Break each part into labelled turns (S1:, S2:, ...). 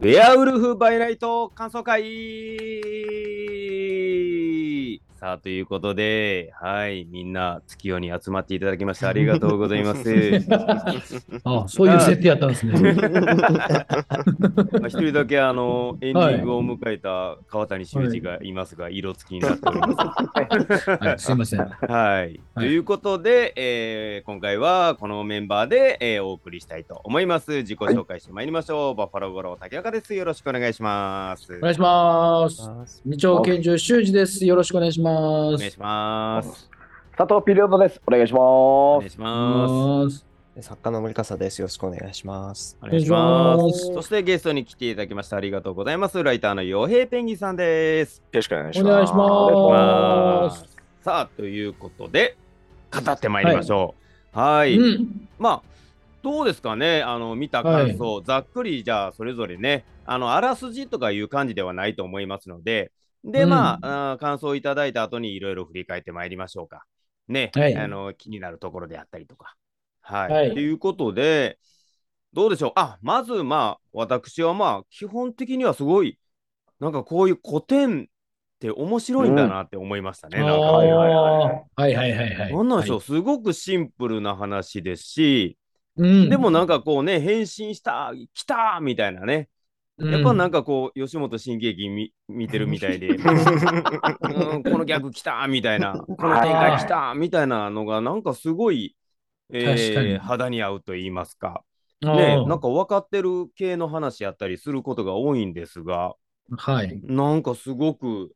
S1: レアウルフバイライト感想会さあ、ということで、はい、みんな月夜に集まっていただきましてありがとうございます。
S2: ああそういう設定やったんですね。
S1: まあ一人だけあのエンディングを迎えた川谷修二がいますが、色付きになっておりま
S2: はい、すいません。
S1: す。はい。ということで、えー今回はこのメンバーで、えーお送りしたいと思います。自己紹介してまいりましょう。バッファローゴロー竹中です。よろしくお願いします。
S2: お願いします。
S3: 佐
S2: 二丁拳銃修二です。よろしくお願いしま
S1: お
S2: す。
S1: 願いします。
S3: 藤ピリオドです。お願いし
S1: お
S3: ま
S1: 願い
S3: す。
S1: します。
S2: ます。
S3: 作家の森笠です。よろしくお願いします。
S1: お願いしま
S2: お願い
S1: す。
S2: します
S1: そしてゲストに来ていただきました。ありがとうございます。ライターの洋平ペンギンさんです。
S4: よろしくお願いし
S2: お
S4: ます。
S2: 願いしま
S1: ますす。さあ、ということで、語ってまいりましょう。はい。
S2: うん。
S1: まあ、どうですかね、あの見た感想、ざっくりじゃあ、それぞれね、あのあらすじとかいう感じではないと思いますので、で、
S2: うん
S1: まあ、あー感想をいただいた後にいろいろ振り返ってまいりましょうか。ね、
S2: はい
S1: あの気になるところであったりとか。はい。
S2: はい
S1: ということで、どうでしょう、あまず、まあ、私はまあ、基本的にはすごい、なんかこういう古典って面白いんだなって思いましたね。
S2: あ
S1: なんか
S2: あ
S4: はいはいはい
S2: はいはいはいはい。
S1: なんなんでしょう、すごくシンプルな話ですし、
S2: うん。
S1: でもなんかこうね、変身した、来たみたいなね。やっぱなん
S2: か、
S1: かこう、吉本新喜劇見見てるみたいで、 うん、このギャグ来たみたいな、この展開来たみたいなのが、なんかすごい、
S2: 確か
S1: えー
S2: に
S1: 肌に合うと言いますか。
S2: ああ
S1: ね、なんか分かってる系の話やったりすることが多いんですが、
S2: はい。
S1: なんかすごく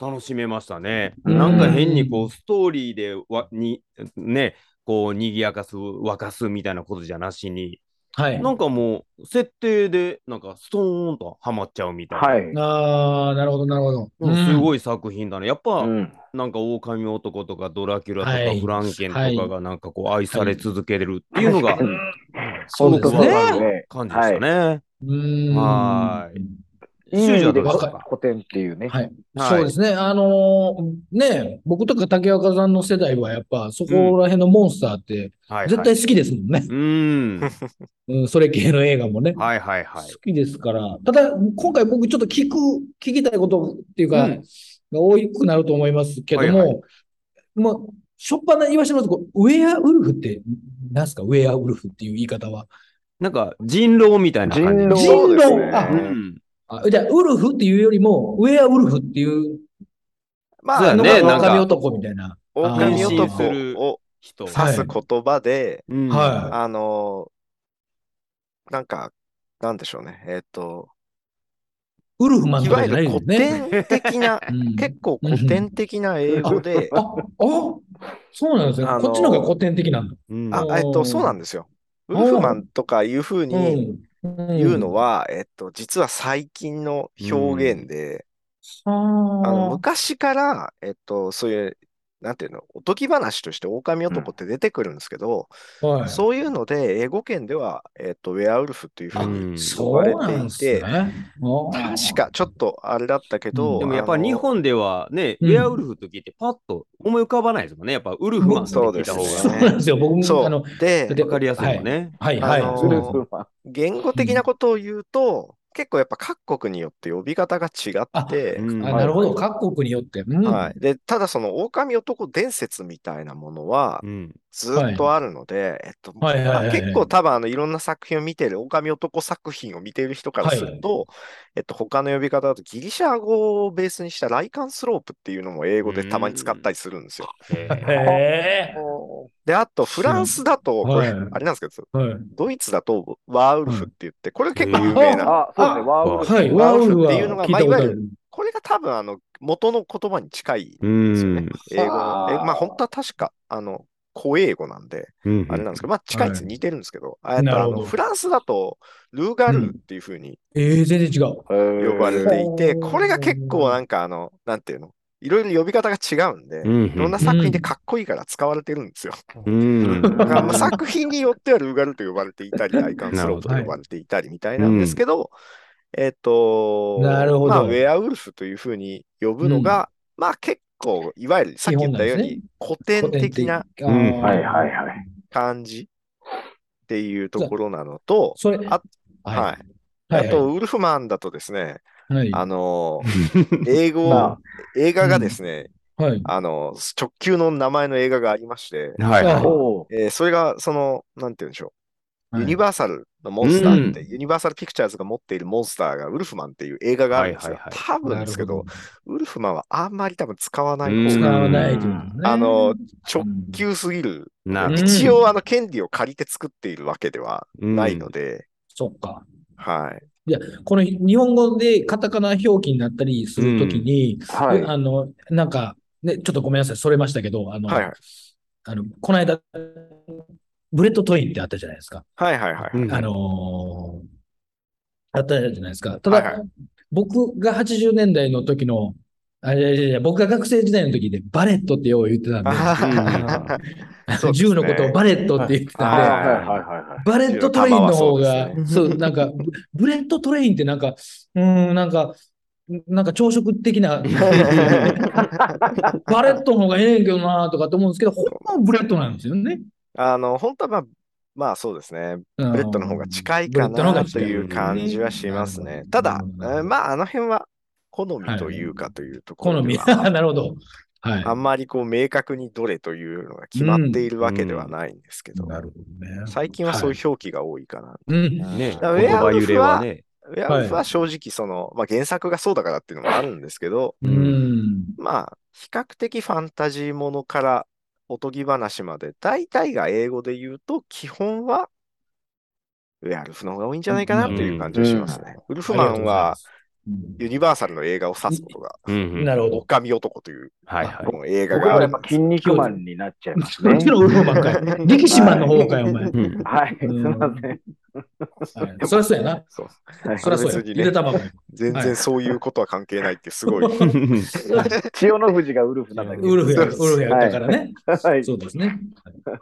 S1: 楽しめましたね。
S2: うん
S1: なんか変にこうストーリーでわにねこう賑やかす沸かすみたいなことじゃなしに、
S2: はい。
S1: なんかもう設定でなんかストーンとはまっちゃうみたいな。
S4: はい。
S2: ああ、なるほどなるほど。
S1: うんす
S2: い。
S1: ごい作品だね。やっぱ、
S4: うん
S1: なんか狼男とかドラキュラと
S2: は
S1: か
S2: い
S1: フランケンと
S2: は
S1: かが
S2: い
S1: なんかこう愛され続けてるっていうの が
S2: そうです
S1: 僕
S2: ね。
S1: は
S4: ね
S1: 感じでしたね。
S2: うん。
S1: はーい
S3: いい意味で
S2: わかる
S3: 古典っていうね。
S2: はい
S1: はい
S2: そうですね。あのーね、僕とか竹岡さんの世代はやっぱそこら辺のモンスターって
S1: はいはい
S2: 絶対好きですもんね。
S1: うん。
S2: うん、それ系の映画もね。
S1: はいはいはい
S2: 好。きですから。ただ、今回僕ちょっと聞く、聞きたいことっていうか、
S1: うん
S2: が多くなると思いますけども、
S1: はい
S2: まあ、しょっぱな言わしてもらうと、こうウェアウルフって、なんすか、ウェアウルフっていう言い方は。
S1: なんか人狼みたいな感じ。
S4: 人狼
S2: 人
S4: です
S2: 狼
S4: ね
S2: あ
S1: う
S4: 狼
S1: ん。
S2: あじゃあ、ウルフっていうよりも、ウェアウルフっていう
S1: そう
S2: の
S1: や
S2: が、
S1: ねなんか
S2: 狼男みたいな。
S4: 狼
S2: 変身す
S1: る
S4: 男を
S1: 人。
S4: 指す言葉で、
S1: うん
S2: は
S4: あのー、なんか、なんでしょうね。えっと、
S2: ウルフマン
S4: い
S2: と
S4: わ
S2: か
S4: ゆ
S2: じゃない
S4: る
S2: ですよ
S4: 古
S2: ね。
S4: 典的 な、
S2: うん
S4: 結構古典的な英語で、
S2: あ、あ、そうなんですね。
S4: あの
S2: こっちの方が古典的なんだ。
S1: うん
S4: あ
S2: う、ん
S4: えっと、そうなんですよ。ウルフマンとかいうふうに言うの
S2: は、
S4: は、えっと、実は最近の表現で、
S2: あ
S4: あの
S2: の
S4: 昔から、えっと、そういう、なんていうの、おとぎ話として狼男って出てくるんですけど、
S2: はい、
S4: そういうので、英語圏では、えっと、ウェアウルフというふう
S1: うん
S4: に呼
S2: そ
S4: ば
S2: う
S4: れ
S2: なんです
S4: てい
S2: ね。
S4: て、
S2: 確
S4: 確かちょっとあれだったけ
S2: う
S4: ど、
S2: ん
S1: でもやっぱ
S4: あの
S1: 日本ではね、
S2: うん
S1: ウェアウルフと聞いてパッと思い浮かばないですもんね。やっぱウルフマンって聞いた方
S2: そ
S4: そう
S2: う
S1: が
S4: です
S1: ね。
S2: なんですよ。僕も、
S4: そう
S2: あの、
S4: で
S2: で
S1: わかりやすいもんね。
S2: はいはい。
S4: あの
S2: そうなんです
S3: ウル
S2: よ
S3: フマン
S4: 言語的なことを言うと、結構やっぱ各国によって呼び方が違って、
S1: あうん
S2: あなるほど。各国によって。うん
S4: はい、でただその狼男伝説みたいなものは
S1: うん。
S4: ずっとあるので、えっと
S2: はいはいはいはい
S4: まあ結構多分あのいろんな作品を見てる狼男作品を見ている人からすると、えっと他の呼び方だとギリシャ語をベースにしたライカンスロープっていうのも英語でたまに使ったりするんですよ。
S1: へー
S2: へ
S4: であとフランスだとこ
S2: は
S4: れ
S2: い
S4: あれなんですけど
S2: ーはい
S4: ドイツだとワーウルフって言って、これ結構
S1: うん
S4: 有名な、
S3: あ、そうですね。ワーウルフ。
S2: はい。
S4: ワ
S2: ワ
S4: ー
S2: ー
S4: ウ
S2: ウ
S4: ル
S2: ル
S4: フ
S2: フ
S4: っ
S2: は
S4: ていうのが
S2: 聞いたことある。
S4: これが多分あの元の言葉に近いん
S1: う
S4: ですよね。
S1: ん。
S4: 英語の。え
S3: あー
S4: まあ本当は確か、あの、古英語なんで、
S1: うん
S4: あれなんですけど、まあ近いんです
S2: はい
S4: 似てるんですけど、えっ
S2: な
S4: と
S2: る
S4: あ
S2: ほど
S4: のフランスだとルーガルーっていうふうに
S2: ええ、全然違う。
S3: 呼
S4: 呼ばれてい
S2: へ
S4: て、
S2: ー
S4: これが結構なんかあの、なんていうの、いろいろ呼び方が違うんで、
S1: うん
S4: いろんな作品でかっこいいから使われてるんですよ。
S1: うん。
S4: だからまあ作品によってはルーガルと呼ばれていたり、アイカンスロープと
S2: なるほど
S4: 呼ばれていたりみたいなんですけど、えっ、と、
S2: なるほど
S4: まあ、ウェアウルフというふうに呼ぶのが、まあ結構、いわゆるさっき言ったように、古典的な
S2: 古典的。
S1: うん
S3: はいはい
S2: い。
S3: はい。
S4: 感じっていうところなのと、
S2: それ、は。
S4: あはいい。
S2: はい
S3: あと、ウルフマンだとですね、
S2: はい。
S3: あのー、
S1: う
S3: 英語、
S4: ま
S3: 映画がですね、
S2: はい。
S3: あのー、直球の名前の映画がありまして、
S1: んはい
S2: あ
S1: は
S4: お
S3: えーそれが、その、なんて言うんでしょう、
S2: はい
S3: ユニバーサルのモンスターって、ユニバーサルピクチャーズが持っているモンスターがウルフマンっていう映画があるんですが、
S1: はいはい
S3: 多分ですけど、ウルフマンはあんまり多分使わない
S1: うん
S3: 方
S2: 使
S3: が
S2: わないということね
S3: あの、
S2: う
S3: 直
S2: ん
S3: 球すぎる。
S1: い。なるほ
S3: 一応、あの、権利を借りて作っているわけでは
S1: ど。
S3: ないので、
S2: そっか。
S3: はい。
S2: この日本語でカタカナ表記になったりするときに、
S4: は
S2: えあの、なんか、ね、ちょっとごめんなさい、それましたけど、あの、
S3: はいはい
S2: あのこの間、ブレッドトインってあったじゃないですか。
S3: はいはいはい。
S1: うん
S2: あのーあったじゃないですか。ただ、
S3: はいは
S2: 僕が80年代の時の、あいやいやいや、僕が学生時代の時でバレットってよう言ってたんで、
S3: あそうですね
S2: 銃のことをバレットって言ってたんで、
S3: はい
S4: はい。
S2: バレットトレインの方が、
S3: 銃の弾はそう
S2: そう,、
S3: です
S2: なんか、ブブレットトレインってなんか、うーん、なんか、なんか朝食的 な、バレットの方がええねんけどなとかと思うんですけど、ほんまはブレットなんですよね。
S3: あの、本当はまあ、まあそうですね。
S2: ブ
S3: ブレッドの方が近いかなという感じはしますね。ただ、えー
S2: あ、
S3: まああの辺は好みというかというとこ
S2: 好
S3: ろで
S2: み。
S3: は、
S2: なるほど。はい。
S3: あんまりこう明確にどれというのが決まっているわけではないんですけど、
S2: なるほどね。
S3: 最近はそういう表記が多いかな。
S2: うん。
S1: ね、
S3: だから
S1: 言葉揺れはね。
S3: いや、
S2: はい
S3: 僕は正直その、まあ、原作がそうだからっていうのもあるんですけど、
S2: うん。
S3: まあ比較的ファンタジーものからおとぎ話まで大体が英語で言うと基本はウェアルフの方が多いんじゃないかなという感じがしますね。ウルフマンはユニバーサルの映画を指すことが、
S1: うんう
S2: あり
S1: ん
S2: がとうございます。なるほ
S3: オ
S2: ど。
S3: カミ男という
S1: はいはい。
S3: この映画
S4: 僕
S3: が
S4: ら
S3: あ
S4: や
S3: る
S4: っ
S3: ん
S4: ぱ
S3: で
S4: 筋肉マンになっちゃい
S2: も
S4: ますね。
S2: ちろんウルフマンか い。力士マンの方かい、お前。はい
S1: うん
S4: はい、す
S2: う
S4: い
S2: ん
S4: ません。
S2: そりゃそうやな。
S3: すよ。
S4: はい
S2: そりゃそうや。
S3: 別に
S2: ゆ
S3: ね
S2: で卵。
S3: 全
S2: はい
S3: 然そういうことは関係ないっていうすごい。
S4: 千代の富士がウルフなんだけ ど。
S2: ウルフや、ウルフやったからね。
S4: はい。
S2: そうですね。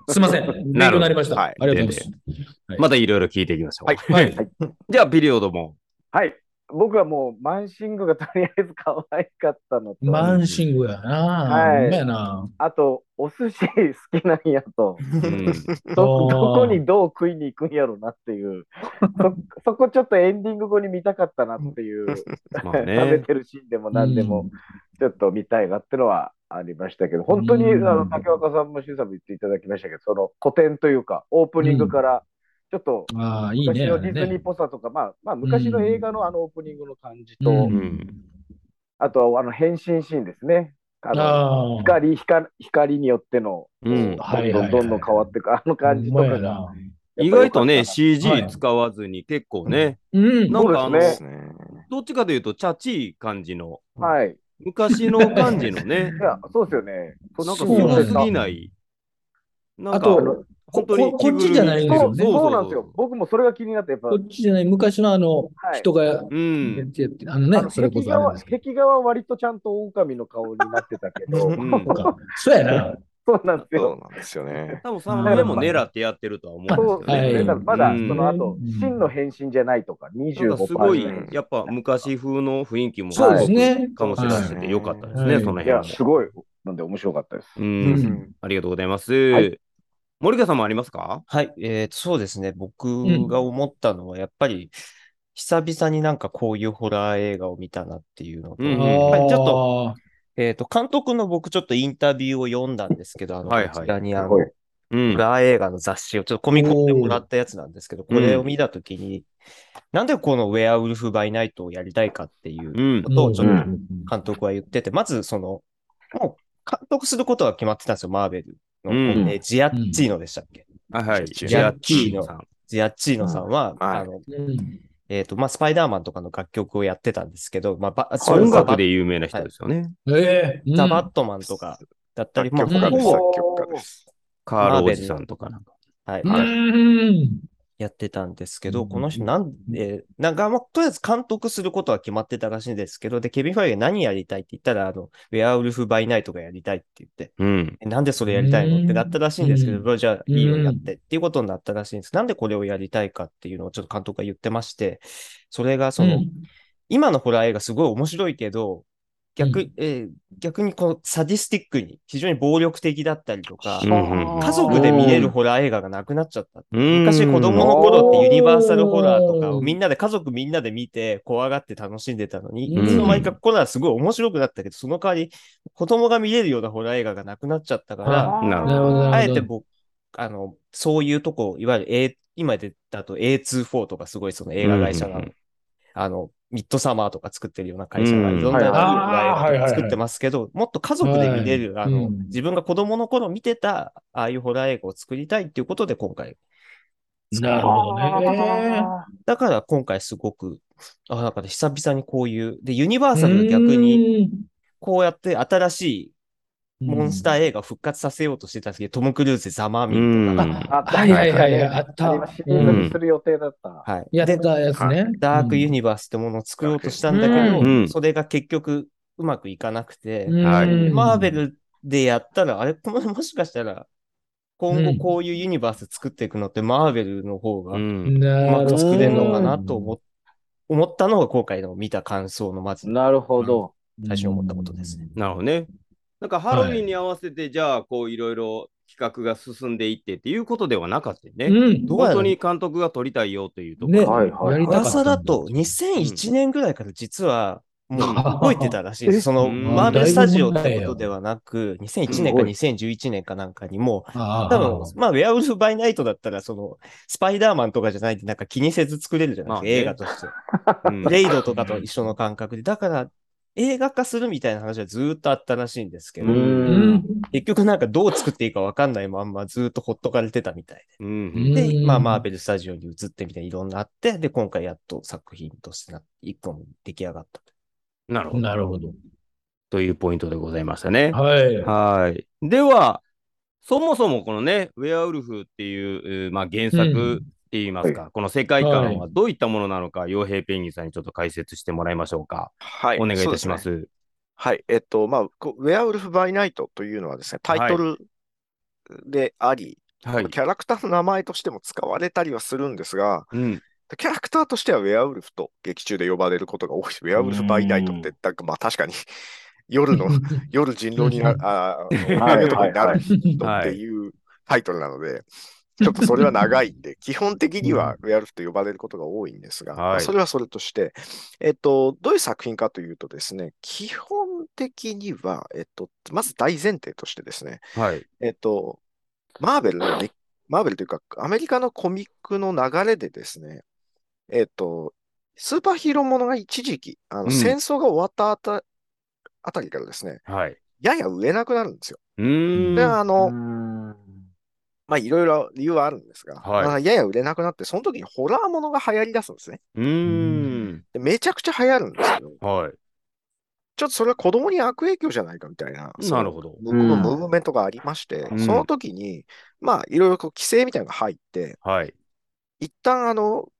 S2: すいません。勉強になりました。
S3: は
S2: あ
S3: い
S2: りがとうござい
S1: またいろいろ聞いていきましょう。
S3: はい
S2: ます。はい。
S1: じゃあ、ピリオドも。
S4: はい。僕はもうマンシングがとりあえず可愛かったのと、
S2: マンシングやな。
S4: はい
S2: ほんまやな。
S4: あとお寿司好きなんやと、
S1: うん
S4: ど
S2: あー
S4: どこにどう食いに行くんやろなっていう、そそこちょっとエンディング後に見たかったなっていう、
S1: まあ
S4: 食べ
S1: ね。
S4: てるシーンでも何でも。ちょっと見たいなってのはありましたけど、本当にあ
S2: うん
S4: の竹岡さんも審査も言っていただきましたけど、その古典というか、オープニングから、ちょっと
S2: うん。ああ、いい
S4: 昔
S2: ね。あ
S4: の
S2: れ
S4: ディズニー
S2: ね
S4: っぽさとか、まあまあ、昔の映画のあのオープニングの感じと、
S2: うん
S1: うん
S4: あとあの変身シーンですね。あの
S2: ああ。
S4: 光光光によっての、
S1: うん
S4: どんどんどんどん変わっていく、あの感じと
S2: ほんま
S4: か
S2: や
S4: が。
S2: な。
S1: 意外と
S4: や
S1: ね、
S4: っぱ
S1: CG
S2: はい
S1: 使わずに結構ね、
S2: うん。
S1: なんかあの
S4: そう
S3: で
S4: です
S3: ね
S1: どっちかというと、チャチい感じの、
S4: 良かったはい。
S1: 昔の感じの ね
S4: い、や、そうですよね。
S1: なんかす
S2: そうなん
S1: ご
S2: です
S1: ぎない。なん
S2: あ
S1: か、
S2: と、
S1: 本当に
S2: ここっちじゃないんですよね
S1: そうそうそう
S4: そうなんですよ。僕もそれが気になって、やっぱ、
S2: こっちじゃない、昔のあの
S4: はい、
S2: 人が
S1: うん。
S2: あのね
S4: あ、の
S2: それこそ
S4: 壁画
S2: あれ
S4: は
S2: ですけど。
S4: 壁画は割とちゃんと狼の顔になってたけど、
S3: うん
S1: うん
S2: そうかそうや な。
S4: そうなんです
S3: そ
S4: よ。
S3: うなんですよね。
S1: 多分その上も狙ってやってるとは思
S4: そううんですね
S1: ですけどね。
S4: だからまだ
S1: うん
S4: その後、
S2: うん
S4: 真の変身じゃないとか、
S1: なんかすごい
S4: 25%。、
S1: やっぱ昔風の雰囲気も
S2: そうですね。
S1: かもしれなく
S3: は
S1: て
S3: い
S1: よかったですね、
S2: はい
S1: その
S4: いや、
S1: 辺も。
S4: すごい、なんで面白かったです。
S1: う、
S3: うんん
S1: ありがとうございます。
S4: い
S1: 森川さんもありますか
S5: はい、えーと、そうですね。
S2: ん
S5: 僕が思ったのは、やっぱり、久々になんかこういうホラー映画を見たなっていうのと、
S1: うん
S5: やっぱりちょっと、
S2: と、
S5: えーと、監督の僕ちょっとインタビューを読んだんですけど、あの、
S1: はいはい
S5: こちらにあの、
S4: すごい
S1: うん
S5: ホラー映画の雑誌をちょっと込み込んでもらったやつなんですけど、これを見たときに、なんでこのウェアウルフ・バイ・ナイトをやりたいかっていう
S1: うん
S5: こ。とをちょっと
S4: うん
S5: 監督は言ってて、まずその、もう監督することは決まってたんですよ、マーベルの。
S1: うん
S5: えージアッチーノでしたっけ、
S1: はいはい。
S5: ジ
S1: ジャ
S5: ャ
S1: ッ
S5: ッ
S1: キー
S5: キー
S1: ノ
S5: ノ
S1: さん。
S5: ジアッチーノさんは、
S3: はい
S5: あの、
S2: うん
S5: えっ、と、まあ、スパイダーマンとかの楽曲をやってたんですけど、まあ、ばそれ
S1: 音
S5: こそ
S1: 楽で有名な人ですよね。
S2: ええ
S5: ザ・バットマンとかだったり、
S3: 作
S5: もう
S3: 曲
S5: ほ
S3: 家です。作曲
S5: ぼほぼ、
S3: 家です。
S1: カールおじさんとかなんか。
S5: はい、
S2: うんうん
S5: やってたんですけど、
S2: うん
S5: この人なん、えーなんか、まあ、とりあえず監督することは決まってたらしいんですけど、で、ケビン・ファイが何やりたいって言ったら、あの、ウェアウルフ・バイ・ナイトがやりたいって言って、
S1: うん。
S5: えなんでそれやりたいのってなったらしいんですけ
S2: う
S5: ど、じゃあいいよ
S2: うん
S5: やってっていうことになったらしいんです。なんでこれをやりたいかっていうのをちょっと監督が言ってまして、それがその、今のホラー映画すごい面白いけど、逆、
S2: うん
S5: えー逆にこう、サディスティックに、非常に暴力的だったりとか、
S4: うん
S5: 家族で見れるホラー映画がなくなっちゃった。
S1: うん
S5: 昔子供の頃ってユニバーサルホラーとかをみんなで、家族みんなで見て、怖がって楽しんでたのに、
S2: うん
S5: いつの間にかコナンすごい面白くなったけど、その代わり子供が見れるようなホラー映画がなくなっちゃったから、
S1: なるほ
S2: なるほど、な
S5: あ
S2: る
S5: え
S2: ほ
S5: て
S2: ど。
S5: 僕、あの、そういうとこ、いわゆる A、今でだと A24 とかすごいその映画会社が、
S1: うんうんうん
S5: あの、ミッドサマーとか作ってるような会社が
S1: うん
S5: いろんなホラー
S2: はいあーはいは
S5: 映
S2: いはい
S5: 画作ってますけど、もっと家族で見れる、
S2: はい
S5: あの、
S2: うん
S5: 自分が子供の頃見てた、ああいうホラー映画を作りたいっていうことで今回
S2: なるほどね。
S5: だから今回すごく、あ、だから久々にこういう、で、ユニバーサルが逆にこうやって新し
S2: う
S5: い
S2: ん、
S5: モンスター映画を復活させようとしてたんですけど、トム・クルーズ、ザ・マーミンとかが、
S4: あった
S2: はいはいはい、あった。
S4: あ
S2: う
S4: れはシリーズ
S2: ん
S4: にする予定だった。
S5: はい。
S2: やっ
S5: で、
S2: たやつね。
S5: ダークユ
S2: ニ
S5: ニバースってものを作ろうとしたんだけど、
S1: うん
S5: それが結局うまくいかなくて、
S1: はい
S5: マーベルでやったら、あれ、 このもしかしたら、今
S2: う
S5: 後
S2: ん
S5: こういうユニバース作っていくのって、マーベルの方が
S1: う。
S5: うん
S2: な
S5: ま
S2: るほ
S5: く
S2: ど。
S5: 作れるのかなと思っ思ったのが今回の見た感想のまず
S4: なるほど。
S5: 最初に思ったことですね。
S1: なるほどね。なんかハロウィンに合わせて、じゃあ、こういろいろ企画が進んでいってっていうことではなかったよ
S2: う
S1: ね。
S2: ん。
S5: どうや
S1: 本
S5: ら
S1: 当に監督が撮りたいよというとこ
S2: ね
S1: ろ。
S4: はいはい
S2: やりたかったん
S5: 噂だと2001年ぐらいから実はもう動いてたらしいで
S4: え
S5: す。その
S1: うん
S5: マーベルスタジオってことではなく、2001年か2011年かなんかにもう、
S2: ああ
S5: 多分、まあ、ウェアウルフ・バイ・ナイトだったら、その、スパイダーマンとかじゃないって、なんか気にせず作れるじゃないですか、映画として。
S1: うん
S5: レイドとかと一緒の感覚で。だから、映画化するみたいな話はずーっとあったらしいんですけど、
S1: うん
S2: うん。
S5: 結局なんかどう作っていいかわかんないまんまずーっとほっとかれてたみたいで。
S1: うん
S2: う
S5: で、
S2: ん
S5: まあ、マーベルスタジオに移ってみたいないろんなあって、で、今回やっと作品としてな、一個も出来上がったと。
S1: なるほど。
S2: なるほど。
S1: というポイントでございましたね。
S2: はい。
S1: はい。では、そもそもこのね、ウェアウルフっていう、えーまあ、原
S2: うん
S1: 作って言いますか、この世界観
S2: は
S1: はどういったものなのか、傭兵ペンギンさんにちょっと解説してもらいましょうか。
S3: はい。
S1: お願いい
S3: そう
S1: た
S3: で
S1: し
S3: ね
S1: ま。す。
S3: はい。えっと、まあ、こうウェアウルフ・バイ・ナイトというのはですね、タイトルであり、
S1: はい。
S3: キャラクターの名前としても使われたりはするんですが、
S1: うん。
S3: キャラクターとしてはウェアウルフと劇中で呼ばれること が多いし、ウェアウルフ・バイ・ナイトって、なんかまあ確かに夜の、 夜人狼にな
S2: うん
S3: ああ
S1: い
S3: の雨とかになる人
S1: はい
S3: っ
S1: は
S3: て
S1: い
S3: いうタイトルなので、ちょっとそれは長いん で、基本的にはウェアウルフと呼ばれることが多いんですが、まあ
S1: はい
S3: それはそれとして、えっと、どういう作品かというとですね、基本的には、えっと、まず大前提としてですね、
S1: はい。
S3: えっと、マーベルのね、マーベルというか、アメリカのコミックの流れでですね、えっと、スーパーヒーローものが一時期、あの
S1: うん
S3: 戦争が終わったあたあたりからですね、
S1: はい。
S3: やや売れなくなるんですよ。
S1: うーん。
S3: で、あ
S4: う
S3: の、
S4: ん
S3: まあ、いろいろ理由はあるんですが、
S1: はい
S3: まあやや売れなくなって、その時にホラーものが流行り出すんですね。
S1: うーん。
S3: でめちゃくちゃ流行るんですけど、
S1: はい。
S3: ちょっとそれは子供に悪影響じゃないかみたいな、その
S1: なるほど。
S3: ムーブ
S4: うん
S3: ムーブメントがありまして、
S1: ん
S3: その時に、まあ、いろいろこう規制みたいなのが入って、
S1: はい。
S3: 一旦あの、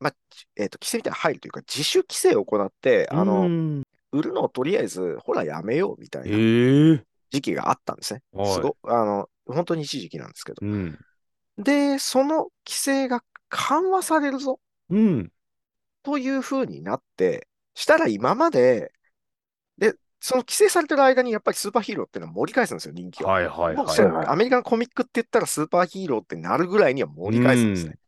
S3: まあ、ちえっ、と、規制みたいなの入るというか、自主規制を行って、あの、
S1: の、
S3: 売るのをとりあえず、ほら、やめようみたい
S1: ええ
S3: な時期があったんですね。
S1: はい
S3: すご、あの、本当に一時期なんですけ
S1: う。
S3: ど
S1: ん。
S3: で、その規制が緩和されるぞ
S1: うん。
S3: という風になって、したら今まで、で、その規制されてる間にやっぱりスーパーヒーローっていうのは盛り返すんですよ、人気を。
S1: はいはい
S3: もう
S1: は
S3: そ
S1: い。
S3: れアメリカのコミックって言ったらスーパーヒーローってなるぐらいには盛り返すんですね。
S1: うん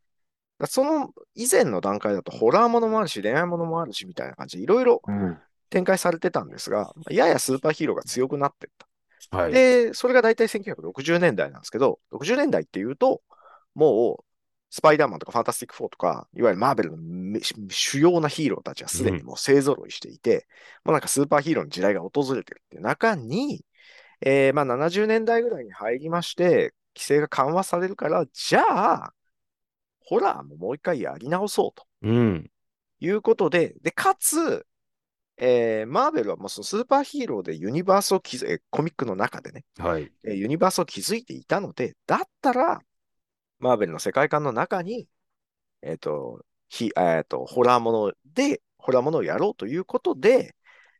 S3: だからその以前の段階だとホラーものもあるし、恋愛ものもあるしみたいな感じでいろいろ
S4: うん
S3: 展開されてたんですが、ややスーパーヒーローが強くなってった。
S1: はい。
S3: で、それが大体1960年代なんですけど、60年代っていうと、もうスパイダーマンとかファンタスティック4とか、いわゆるマーベルのめ主要なヒーローたちはすでにもう勢ぞろいしていて、もうなんかスーパーヒーローの時代が訪れてるっていう中に、えーまあ、70年代ぐらいに入りまして、規制が緩和されるから、じゃあ、ホラーももう一回やり直そうと
S1: うん。
S3: いうことで、で、かつ、えーマーベルはもうそのスーパーヒーローでユニバースを築えーコミックの中でね、
S1: はい。
S3: えーユニバースを築いていたので、だったら、マーベルの世界観の中に、えっ、と、ひえーと、ホラーもので、ホラーものをやろうということで、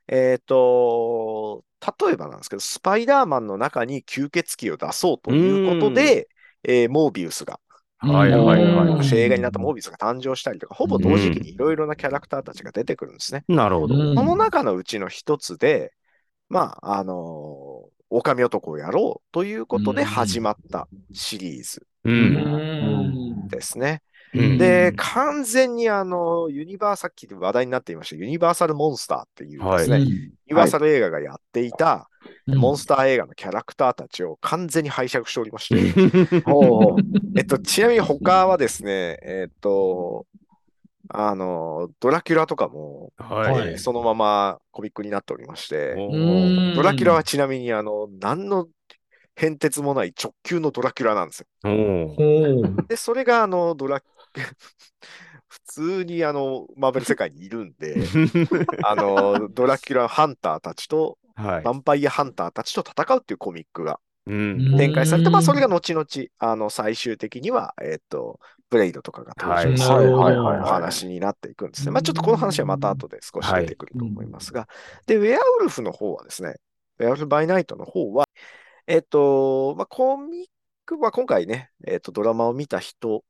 S3: えっ、と、例えばなんですけど、スパイダーマンの中に吸血鬼を出そうということで、えーモービウスが、
S1: はいはいはい
S3: 今年映画になったモー
S2: ビ
S3: ビウスが誕生したりとか、ほぼ同時期にいろいろなキャラクターたちが出てくるんですね。
S1: なるほど。
S3: その中のうちの一つで、まあ、あのー、狼男をやろうということで
S2: うん
S3: 始まったシリーズ
S1: う。
S2: うんん
S3: ですね。
S1: うん
S3: で、完全にあの、ユニバーサル、さっき話題になっていました、ユニバーサルモンスターっていうですね、
S2: う
S3: ユ
S2: ん
S3: ニバーサル映画がやってい
S2: う
S3: た、
S2: ん
S3: モンスター映画のキャラクターたちを完全に拝借しており まして、
S4: ほう。
S3: えっと、ちなみに他はですね、えっと、あの、ドラキュラとかも、
S1: は
S2: はい
S1: い。
S3: そのままコミックになっておりまして、
S2: うん
S3: ドラキュラはちなみに、あの、何の変哲もない直球のドラキュラなんですよ。
S1: おお
S2: ほう
S3: で、それが、あの、ドラ、 普通に、あの、マーベル世界にいるん で、あの、ドラキュラハンターたちと、
S1: は
S3: ヴァンパイアハンターたちと戦うっていうコミックが
S1: い。うん。
S3: 展開されて、まあ、それが後々、あの、最終的には、えっと、ブレイドとかが
S1: はい
S3: 登場す
S2: な
S3: る
S2: るほど
S4: はいはい
S3: お
S4: はい
S3: 話になっていくんですね。まあ、ちょっとこの話はまた後で少し出てくると思いますが、で、ウェアウルフの方はですね、ウェアウルフ・バイ・ナイトの方は、えっと、まあ、コミックは今回ね、えっと、ドラマを見た人、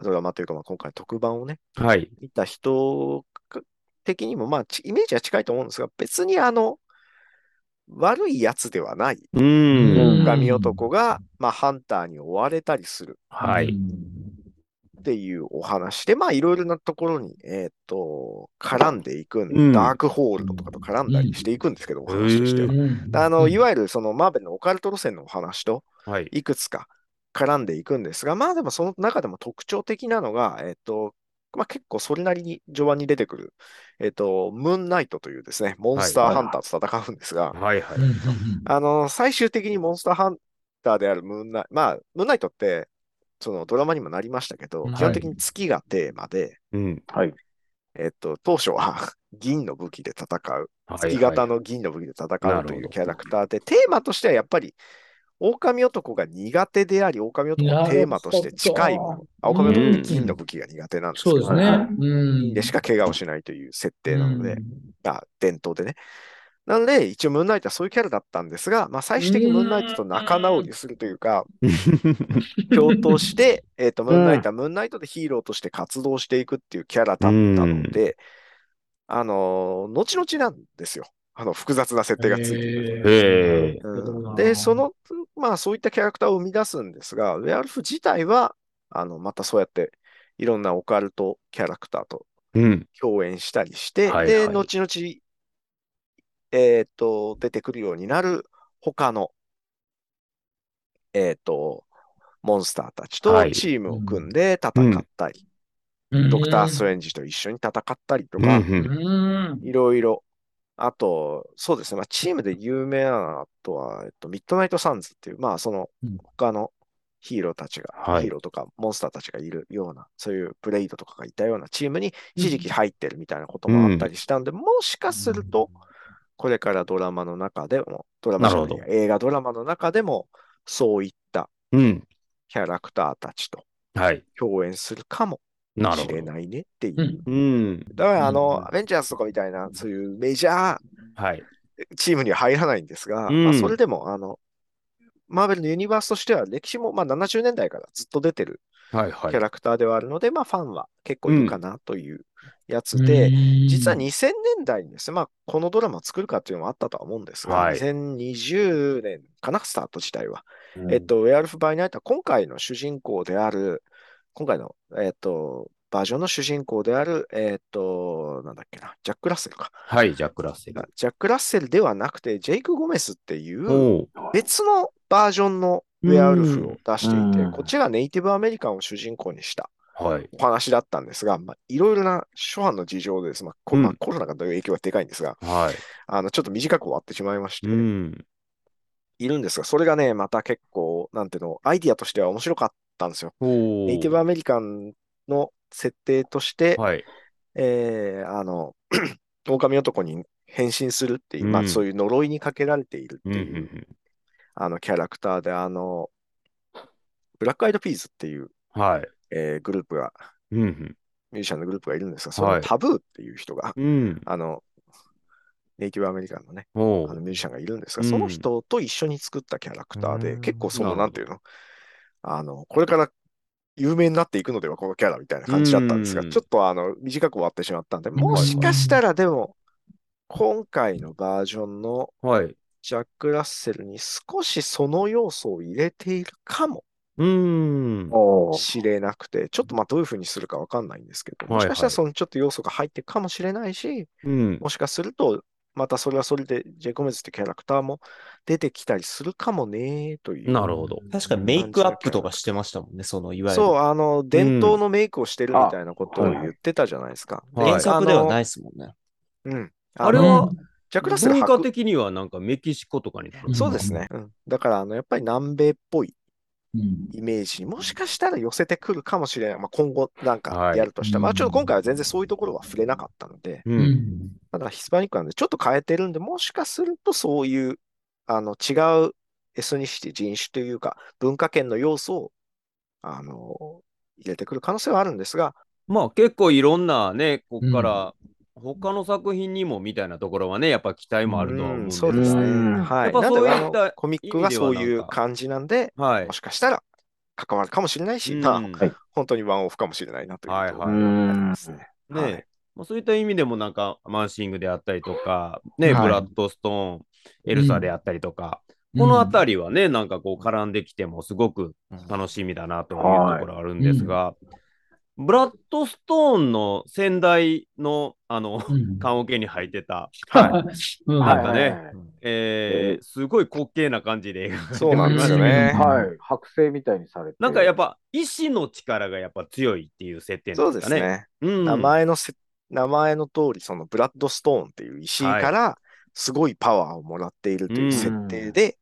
S3: ドラマというか、まあ、今回特番をね、
S1: はい。
S3: 見た人的にも、まあ、ちイメージは近いと思うんですが、別にあの、悪いやつではない、
S1: う
S2: うん
S1: ん。
S3: 狼男が、まあ、ハンターに追われたりする
S1: は
S2: う
S1: い。
S2: ん
S3: っていうお話で、まあ、いろいろなところに、えっ、と、絡んでいくん、
S1: うん
S3: ダークホールドとかと絡んだりしていくんですけど、お話としては。あの、いわゆるそのマーベルのオカルト路線のお話と
S1: はい。
S3: いくつか絡んでいくんですが、まあでもその中でも特徴的なのが、えっ、と、まあ結構それなりに序盤に出てくる、えっ、と、ムーンナイトというですね、モンスターハンターと戦うんですが、
S1: はいはい
S2: うん。うん
S3: あの、最終的にモンスターハンターであるムーンナイト、まあ、ムーンナイトって、そのドラマにもなりましたけど、
S2: はい
S3: 基本的に月がテーマで、
S1: うん。
S4: はい。
S3: えっと、当初は 銀の武器で戦う、
S1: はい
S3: 月型の銀の武器で戦
S1: な
S3: う
S1: る
S3: と
S1: ほ
S3: いう
S1: ど
S3: キャラクターで、テーマとしてはやっぱり、狼男が苦手であり、狼男のテーマとして近いも
S2: なる
S3: の
S2: ほど。
S3: あ狼男って
S2: う
S3: 銀
S2: ん
S3: の武器が苦手なんですけ
S2: そ
S3: ど、
S2: うですね。
S4: はい
S2: うん
S3: 銀でしか怪我をしないという設定なので、が伝統でね。なので、一応ムーンナイトはそういうキャラだったんですが、まあ、最終的にムーンナイトと仲直りするというか、共闘して、えっと、ムーンナイトはムーンナイトでヒーローとして活動していくっていうキャラだったので、あのー後々なんですよ。あの、複雑な設定がついている。
S1: へえ。
S3: うん
S2: なるほど
S3: で、その、まあ、そういったキャラクターを生み出すんですが、ウェアルフ自体は、あの、またそうやって、いろんなオカルトキャラクターと
S1: うん。
S3: 共演したりして、
S1: はい
S3: で、
S1: はい
S3: 後々、えっ、と、出てくるようになる他の、えっ、と、モンスターたちと
S1: はい
S3: チームを組んで戦ったり、ドクター・ストレンジと一緒に戦ったりと
S1: う
S3: か、
S1: ん。
S2: うん
S3: いろいろ。あと、そうですね、まあ、チームで有名なのとは、えっと、ミッドナイト・サンズっていう、まあ、その
S2: うん
S3: 他のヒーローたちが、
S1: はい
S3: ヒーローとかモンスターたちがいるような、そういうブレイドとかがいたようなチームに一時期入ってるみたいなこともあったりしたんで、もしかすると、これからドラマの中でも、ドラマじゃない
S1: なるほ
S3: 映画ドラマの中でも、そういった
S1: うん。
S3: キャラクターたちと
S1: はい。
S3: 共演するかも
S1: なる
S3: し
S1: ほ
S3: れ
S1: ど。
S3: ないねっていう。
S2: うん
S1: うん。
S3: だから、あ
S2: うん
S3: の、アベンジャーズとかみたいな、そういうメジャー、
S1: はい。
S3: チームには入らないんですが、
S1: うん
S3: まあ、それでも、あの、マーベルのユニバースとしては歴史も、まあ、70年代からずっと出てる
S1: はい
S3: キ
S1: はい
S3: ャ。ラクターではあるので、まあファンは結構いるかなというやつで、実は2000年代にですね、まあこのドラマを作るかっていうのもあったとは思うんですが、
S1: はい
S3: 2020年かな、スタート自体は。
S1: うん
S3: えっと、ウェアルフ・バイ・ナイトは今回の主人公である、今回の、えっと、バージョンの主人公である、えっと、なんだっけな、ジャック・ラッセルか。
S1: はい、ジャック・ラッセル。
S3: ジャック・ラッセルではなくて、ジェイク・ゴメスっていう
S1: おう
S3: 別のバージョンのウェアウルフを出していて、
S2: うん
S3: こっちがネイティブアメリカンを主人公にした
S1: はい。
S3: お話だったんですが、まあ、いろいろな諸般の事情でです、まあこ
S1: うん
S3: まあ、コロナがどういう影響がでかいんですが、
S1: はい。
S3: あのちょっと短く終わってしまいまして、
S1: うん。
S3: いるんですが、それがね、また結構、なんていうの、アイディアとしては面白かったんですよ。
S1: お
S3: ネイティブアメリカンの設定として、
S1: はい。
S3: えーあの、 狼男に変身するっていう、ま
S1: う
S3: あ、
S1: ん
S3: そういう呪いにかけられている
S1: う
S3: っ
S1: ん
S3: て
S1: う
S3: いう、
S1: ん
S3: あのキャラクターで、あの、ブラックアイドピーズっていう、
S1: うん。はい。
S3: えーグループが、
S1: うん
S3: ミュージシャンのグループがいるんですが、その
S1: はい
S3: タブーっていう人が、
S1: うん。うん。
S3: あの、ネイティブアメリカンのね、
S1: お
S3: あ
S1: う
S3: のミュージシャンがいるんですが、
S1: うん
S3: その人と一緒に作ったキャラクターで、
S1: うん
S3: 結構そ
S1: なるほ
S3: の、
S1: ど
S3: なんていうの、あの、これから有名になっていくのでは、このキャラみたいな感じだったんですが、
S1: うん
S3: ちょっとあの、短く終わってしまったんで、
S2: ん
S3: もしかしたらでも、今回のバージョンの
S1: はい。
S3: ジャック・ラッセルに少しその要素を入れているかも
S1: うーん。
S4: おー
S3: しれなくて、ちょっとまあどういうふうにするかわかんないんですけど、
S1: はい
S3: もしかした
S1: は
S3: ら
S1: い
S3: そのちょっと要素が入ってるかもしれないし、
S1: うん。
S3: もしかすると、またそれはそれでジェイコメズってキャラクターも出てきたりするかもね、という。
S1: なるほど。
S5: 確かメイクアップとかしてましたもんね、その、いわゆる。
S3: そう、あの、伝統のメイクをしてるみたいなことを
S4: あはい
S3: 言ってたじゃないですか。
S1: はい
S5: 原作ではない
S3: い。
S5: ですもんね。
S3: うん。
S1: あれは
S3: の、ジャックラッセル
S1: 文化
S3: 白
S1: 的にはなんかメキシコとかに。
S2: うん
S3: そうですね。うん、だから、あの、やっぱり南米っぽい
S2: うん
S3: イメージにもしかしたら寄せてくるかもしれない。まあ、今後なんか
S1: はい
S3: やるとしたら、まあ、ちょっと今回は全然そういうところは触れなかったので、
S1: う。
S2: うんん
S3: ただヒスパニックなんでちょっと変えてるんで、もしかするとそういう、あの、違うエスニシティ、人種というか、文化圏の要素を、あの、入れてくる可能性はあるんですが、
S1: まあ結構いろんなね、こっから、他の作品にもみたいなところはね、やっぱ期待もあるとは思うん
S3: うん
S1: です
S3: そ
S1: け
S3: う
S1: ど
S3: ですね。
S4: うん
S3: は
S1: やっ
S3: い。
S1: ぱ
S3: なん
S1: そういっ
S3: で、あの
S1: た
S3: コミックがそう
S1: 意味
S3: い
S1: では
S3: う
S1: なんか
S3: 感じなんで、
S1: はい
S3: も。しかしたら関わるかもしれないし、まあ、
S1: うん
S4: はい
S3: 本当にワンオフかもしれないなという
S1: はい
S3: と
S1: は
S3: こ
S1: い
S3: ろ
S4: う
S3: になり
S4: ん
S3: ま。すね。
S1: ね、
S3: はい
S1: まあ、そういった意味でもなんかマンシングであったりとか、ね
S3: は
S1: ブ
S3: い
S1: ラッドストーン、エルサであったりとか、
S2: うん
S1: この辺りはね、なんかこう絡んできてもすごく楽しみだなというところあるんですが、ブラッドストーンの先代のあの
S2: うん
S1: 棺桶に入ってた、
S2: はうん
S1: なんかね
S4: はいはいはい
S1: えーすごい滑稽な感じで描かれて
S3: そうなんですよね。
S2: うん
S4: はい。剥製みたいにされて。
S1: なんかやっぱ意志の力がやっぱ強いっていう設定な
S3: そ
S1: ん
S3: う
S1: で
S3: です
S1: か
S3: す
S1: ね。
S3: ね。
S1: うん
S3: 名前のせ、名前の通り、そのブラッドストーンっていう石から、すごいパワーをもらっているという設定で、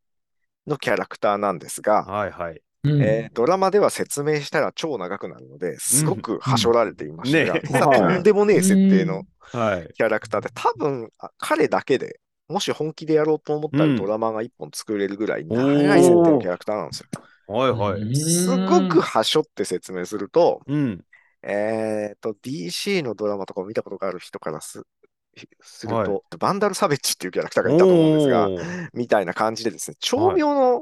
S3: のキャラクターなんですが、
S1: はいはい。
S2: うん
S3: えードラマでは説明したら超長くなるので、すごくはしょられていましたが、
S1: ね
S3: 実はとんでもねえ設定の
S1: はい。
S3: キャラクターで、多分あ彼だけでもし本気でやろうと思った
S1: う
S3: ら
S1: ん
S3: ドラマが一本作れるぐらい長い設定のキャラクターなんですよ。
S1: はいはい。
S3: すごくはしょって説明すると、
S1: うん。
S3: えっと、DC のドラマとかを見たことがある人からすすると、
S1: はい
S3: バンダル・サベッジっていうキャラクターがいたと思うんですが、
S1: おー
S3: みたいな感じでですね、長名の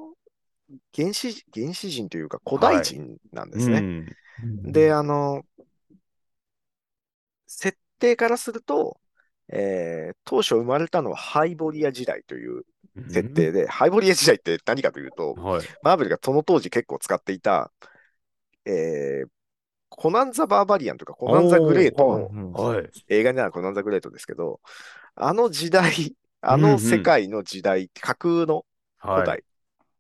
S3: 原始,、原始人というか古代人なんですね。
S1: うん
S2: うん
S3: で、あの、設定からすると、えー当初生まれたのはハイボリア時代という設定で、ハイボリア時代って何かというと、
S1: はい。
S3: マーベルがその当時結構使っていた、えーコナンザ・バーバリアンとかコナンザ・グレートの
S1: はい。
S3: 映画になるコナンザ・グレートですけど、あの時代、あの世界の時代、架空の
S1: は
S3: 古
S1: い。
S3: 代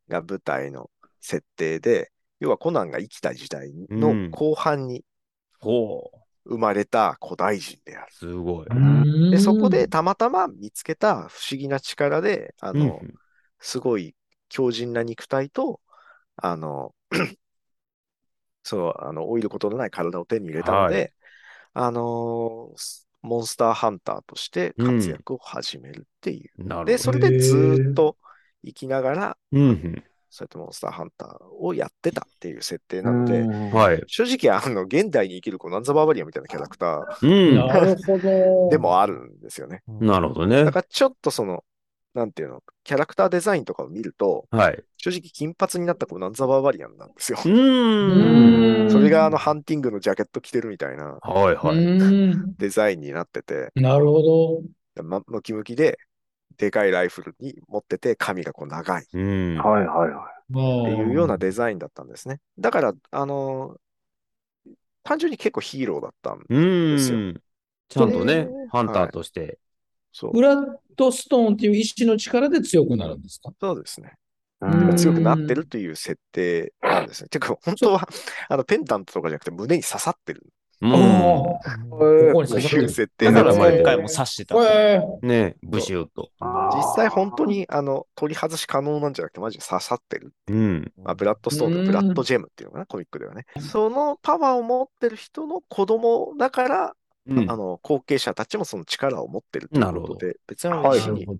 S3: が舞台の設定で、要はコナンが生きた時代
S1: うん
S3: の後半に
S1: ほう。
S3: 生まれた古代人である。
S1: すごい。
S2: うん
S3: で、そこでたまたま見つけた不思議な力で、あの、
S1: うん
S3: すごい強靭な肉体と、あの、その、あの、老いることのない体を手に入れたので、あのースモンスターハンターとして活躍を始めるっていう。
S1: なる
S3: で、
S1: ほ
S3: そ
S1: ど。
S3: れでずーっと生きながら、
S1: うん
S3: そうやってモンスターハンターをやってたっていう設定
S4: う
S3: なので、
S1: うん
S4: ん
S1: はい。
S3: 正直、あの、現代に生きるコナンザバーバリアンみたいなキャラクタ
S1: うん。
S2: なるほど。
S3: ーでもあるんですよね。
S1: なるほどね
S3: だ。からちょっとその、なんていうの、キャラクターデザインとかを見ると、
S1: はい。
S3: 正直金髪になったコナンザバーバリアンなんですよ。
S1: う
S2: うん
S1: ん。
S3: それがあの、ハンティングのジャケット着てるみたいな
S1: はいはい。
S2: うん
S3: デザインになってて、
S2: なるほ
S3: ま、ムキムキで、でかいライフルに持ってて、髪がこう長いっ
S1: うん。
S4: はいはいは
S2: ど。
S3: て
S2: って
S3: いうようなデザインだったんですね。だから、あのー単純に結構ヒーローだったん
S1: うん。ちゃんとね
S3: で、
S1: ハンターとして。
S3: そう
S2: ブラッドストーンっていう意志の力で強くなるんですか
S3: そうですね。
S2: う
S4: い。
S2: ん
S3: 強くなってるという設定なんですね。てか、本当は、あの、ペンダントとかじゃなくて、胸に刺さってる
S1: うん
S2: お
S4: こ
S2: こに
S3: と
S2: 刺さっ
S3: い
S2: て
S3: う
S2: る
S3: 設定
S5: だ
S3: な
S5: か
S3: の
S5: ら
S3: で、
S5: 今回も刺してた。
S2: え
S1: ね、ブシューと。
S3: 実際本当に、あの、取り外し可能なんじゃなくて、マジで刺さってる。
S1: うん。
S3: まあ、ブラッドストーンと
S2: うん
S3: ブラッドジェムっていうのかな、コミックではね。そのパワーを持ってる人の子供だから、
S1: うん
S3: あの、後継者たちもその力を持ってるということで、別にあの
S4: はい
S3: 石
S2: なる
S3: に、
S2: ほど。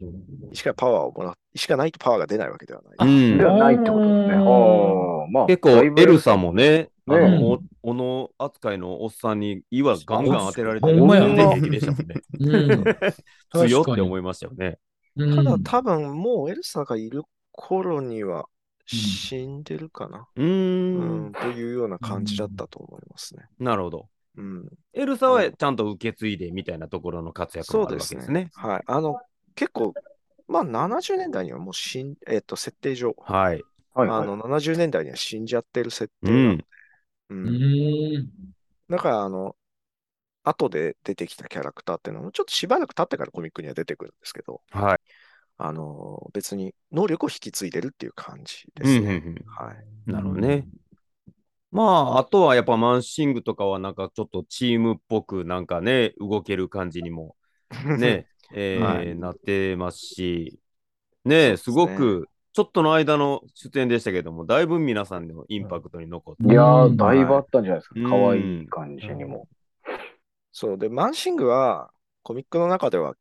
S3: 石からパワーをもらう、石がないとパワーが出ないわけではない。
S1: うん
S4: ではないってことですね。
S2: うん
S4: ああ、まあ。
S1: 結構、エルサ
S4: ん。
S1: もね、あ
S4: ね
S1: の、お斧扱いのおっさんに岩ガンガン当てられて
S2: ほんまや
S1: 全然平気でしたもんね。
S2: うん。
S1: 強って思いましたよね。
S2: うん
S3: ただ多分もうエルサがいる頃には
S2: うん
S3: 死んでるかな、
S1: うー
S3: うんん、というような感じだったと思いますね。
S1: なるほど。
S3: うん。
S1: エルサはちゃんと受け継いでみたいなところの活躍もあるわけですね。
S3: はい。あの、結構、まあ70年代にはもう死ん、えっと、設定上、
S1: はい。
S4: はい
S3: あ
S4: はい。
S3: の70年代には死んじゃってる設
S1: う
S3: 定な
S1: ん。
S3: んでう
S2: うんーん。
S3: だから、あの、後で出てきたキャラクターっていうのも、ちょっとしばらく経ってからコミックには出てくるんですけど、
S1: はい。
S3: あの、別に能力を引き継いでるっていう感じで
S1: うんう
S3: す
S1: んう
S3: ね。
S1: ん。
S3: はい。
S1: なるほどね。まあ、あとはやっぱマンシングとかはなんかちょっとチームっぽくなんかね、動ける感じにもね、えー
S3: はい
S1: なってますし、
S3: そう
S1: ね
S3: ですすね
S1: ごくちょっとの間の出演でしたけども、だいぶ皆さんのインパクトに残って、
S4: いや
S2: うん
S4: ー、だいぶあったんじゃないです
S1: うん
S4: か。可愛い感じにも。
S3: そう。で、マンシングは、コミックの中では、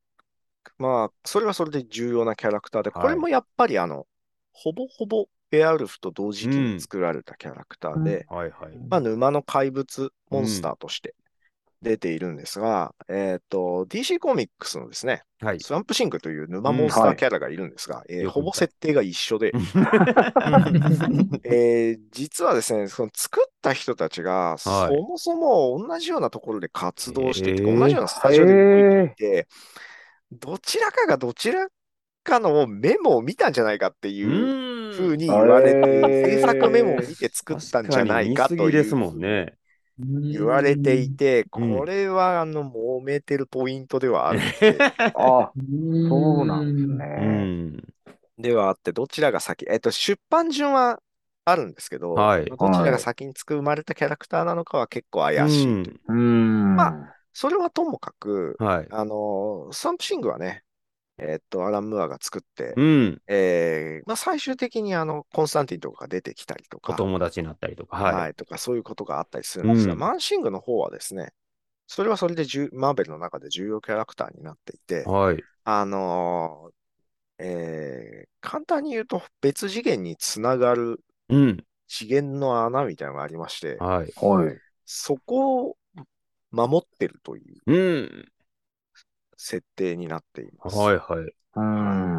S3: まあ、それはそれで重要なキャラクターで、
S1: は
S3: こ
S1: い
S3: れもやっぱり、あの、ほぼほぼエアウルフと同時期に作られたキャラクターで、
S1: はいはい。
S3: まあ、沼の怪物モンスターとして出ているんですが、えっ、と、DC コミックスのですね、
S1: はい。
S3: スワンプシンクという沼モンスタ
S4: うんは
S3: ー
S4: い
S3: キャラがいるんですが、え
S1: よ
S3: ー
S1: く見た
S3: ほぼ設定が一緒で、えー実はですね、その作った人たちが、そ
S1: はい
S3: もそも同じようなところで活動していて、
S1: へー
S3: 同じようなスタジオで動い
S4: え
S3: ていて、どちらかがどちらかのメモを見たんじゃないかって
S1: う
S3: いう
S1: ーん
S3: ふうに言われて、
S4: へー
S3: 制作メモを見て作ったんじゃないか
S1: 確
S3: と
S1: に似すぎ
S3: い
S1: ですも
S3: うん
S1: ね。
S3: 言われていて、
S1: うん
S3: これはあの揉めてるポイントではあるんで、
S4: ー。あ、
S2: うーん。
S4: そうなんです
S1: う
S4: ね。
S1: ん。
S3: ではあって、どちらが先、えっと、出版順はあるんですけど、
S1: はい
S3: どちらが先に作まれたキャラクターなのかは結構怪しい。
S1: うん
S4: うん。
S3: まそれはともかく、
S1: はい。
S3: あの、スワンプシングはね、えっと、アラン・ムーアが作って
S1: う、ん。
S3: えーまあ、最終的にあの、コンスタンティンとかが出てきたりと
S1: お
S3: か、
S1: 友達になったりとか。
S3: はい、
S1: はい。
S3: とかそういうことがあったりするんですが、
S1: うん
S3: マンシングの方はですね、それはそれで重マーベルの中で重要キャラクターになっていて、
S1: はい。
S3: あのーえー簡単に言うと別次元につながる
S1: うん。
S3: 次元の穴みたいなのがありまして、
S1: はい。
S4: はい。
S3: そこを守ってるという
S1: うん。
S3: 設定になっています。
S1: はいはい。
S4: う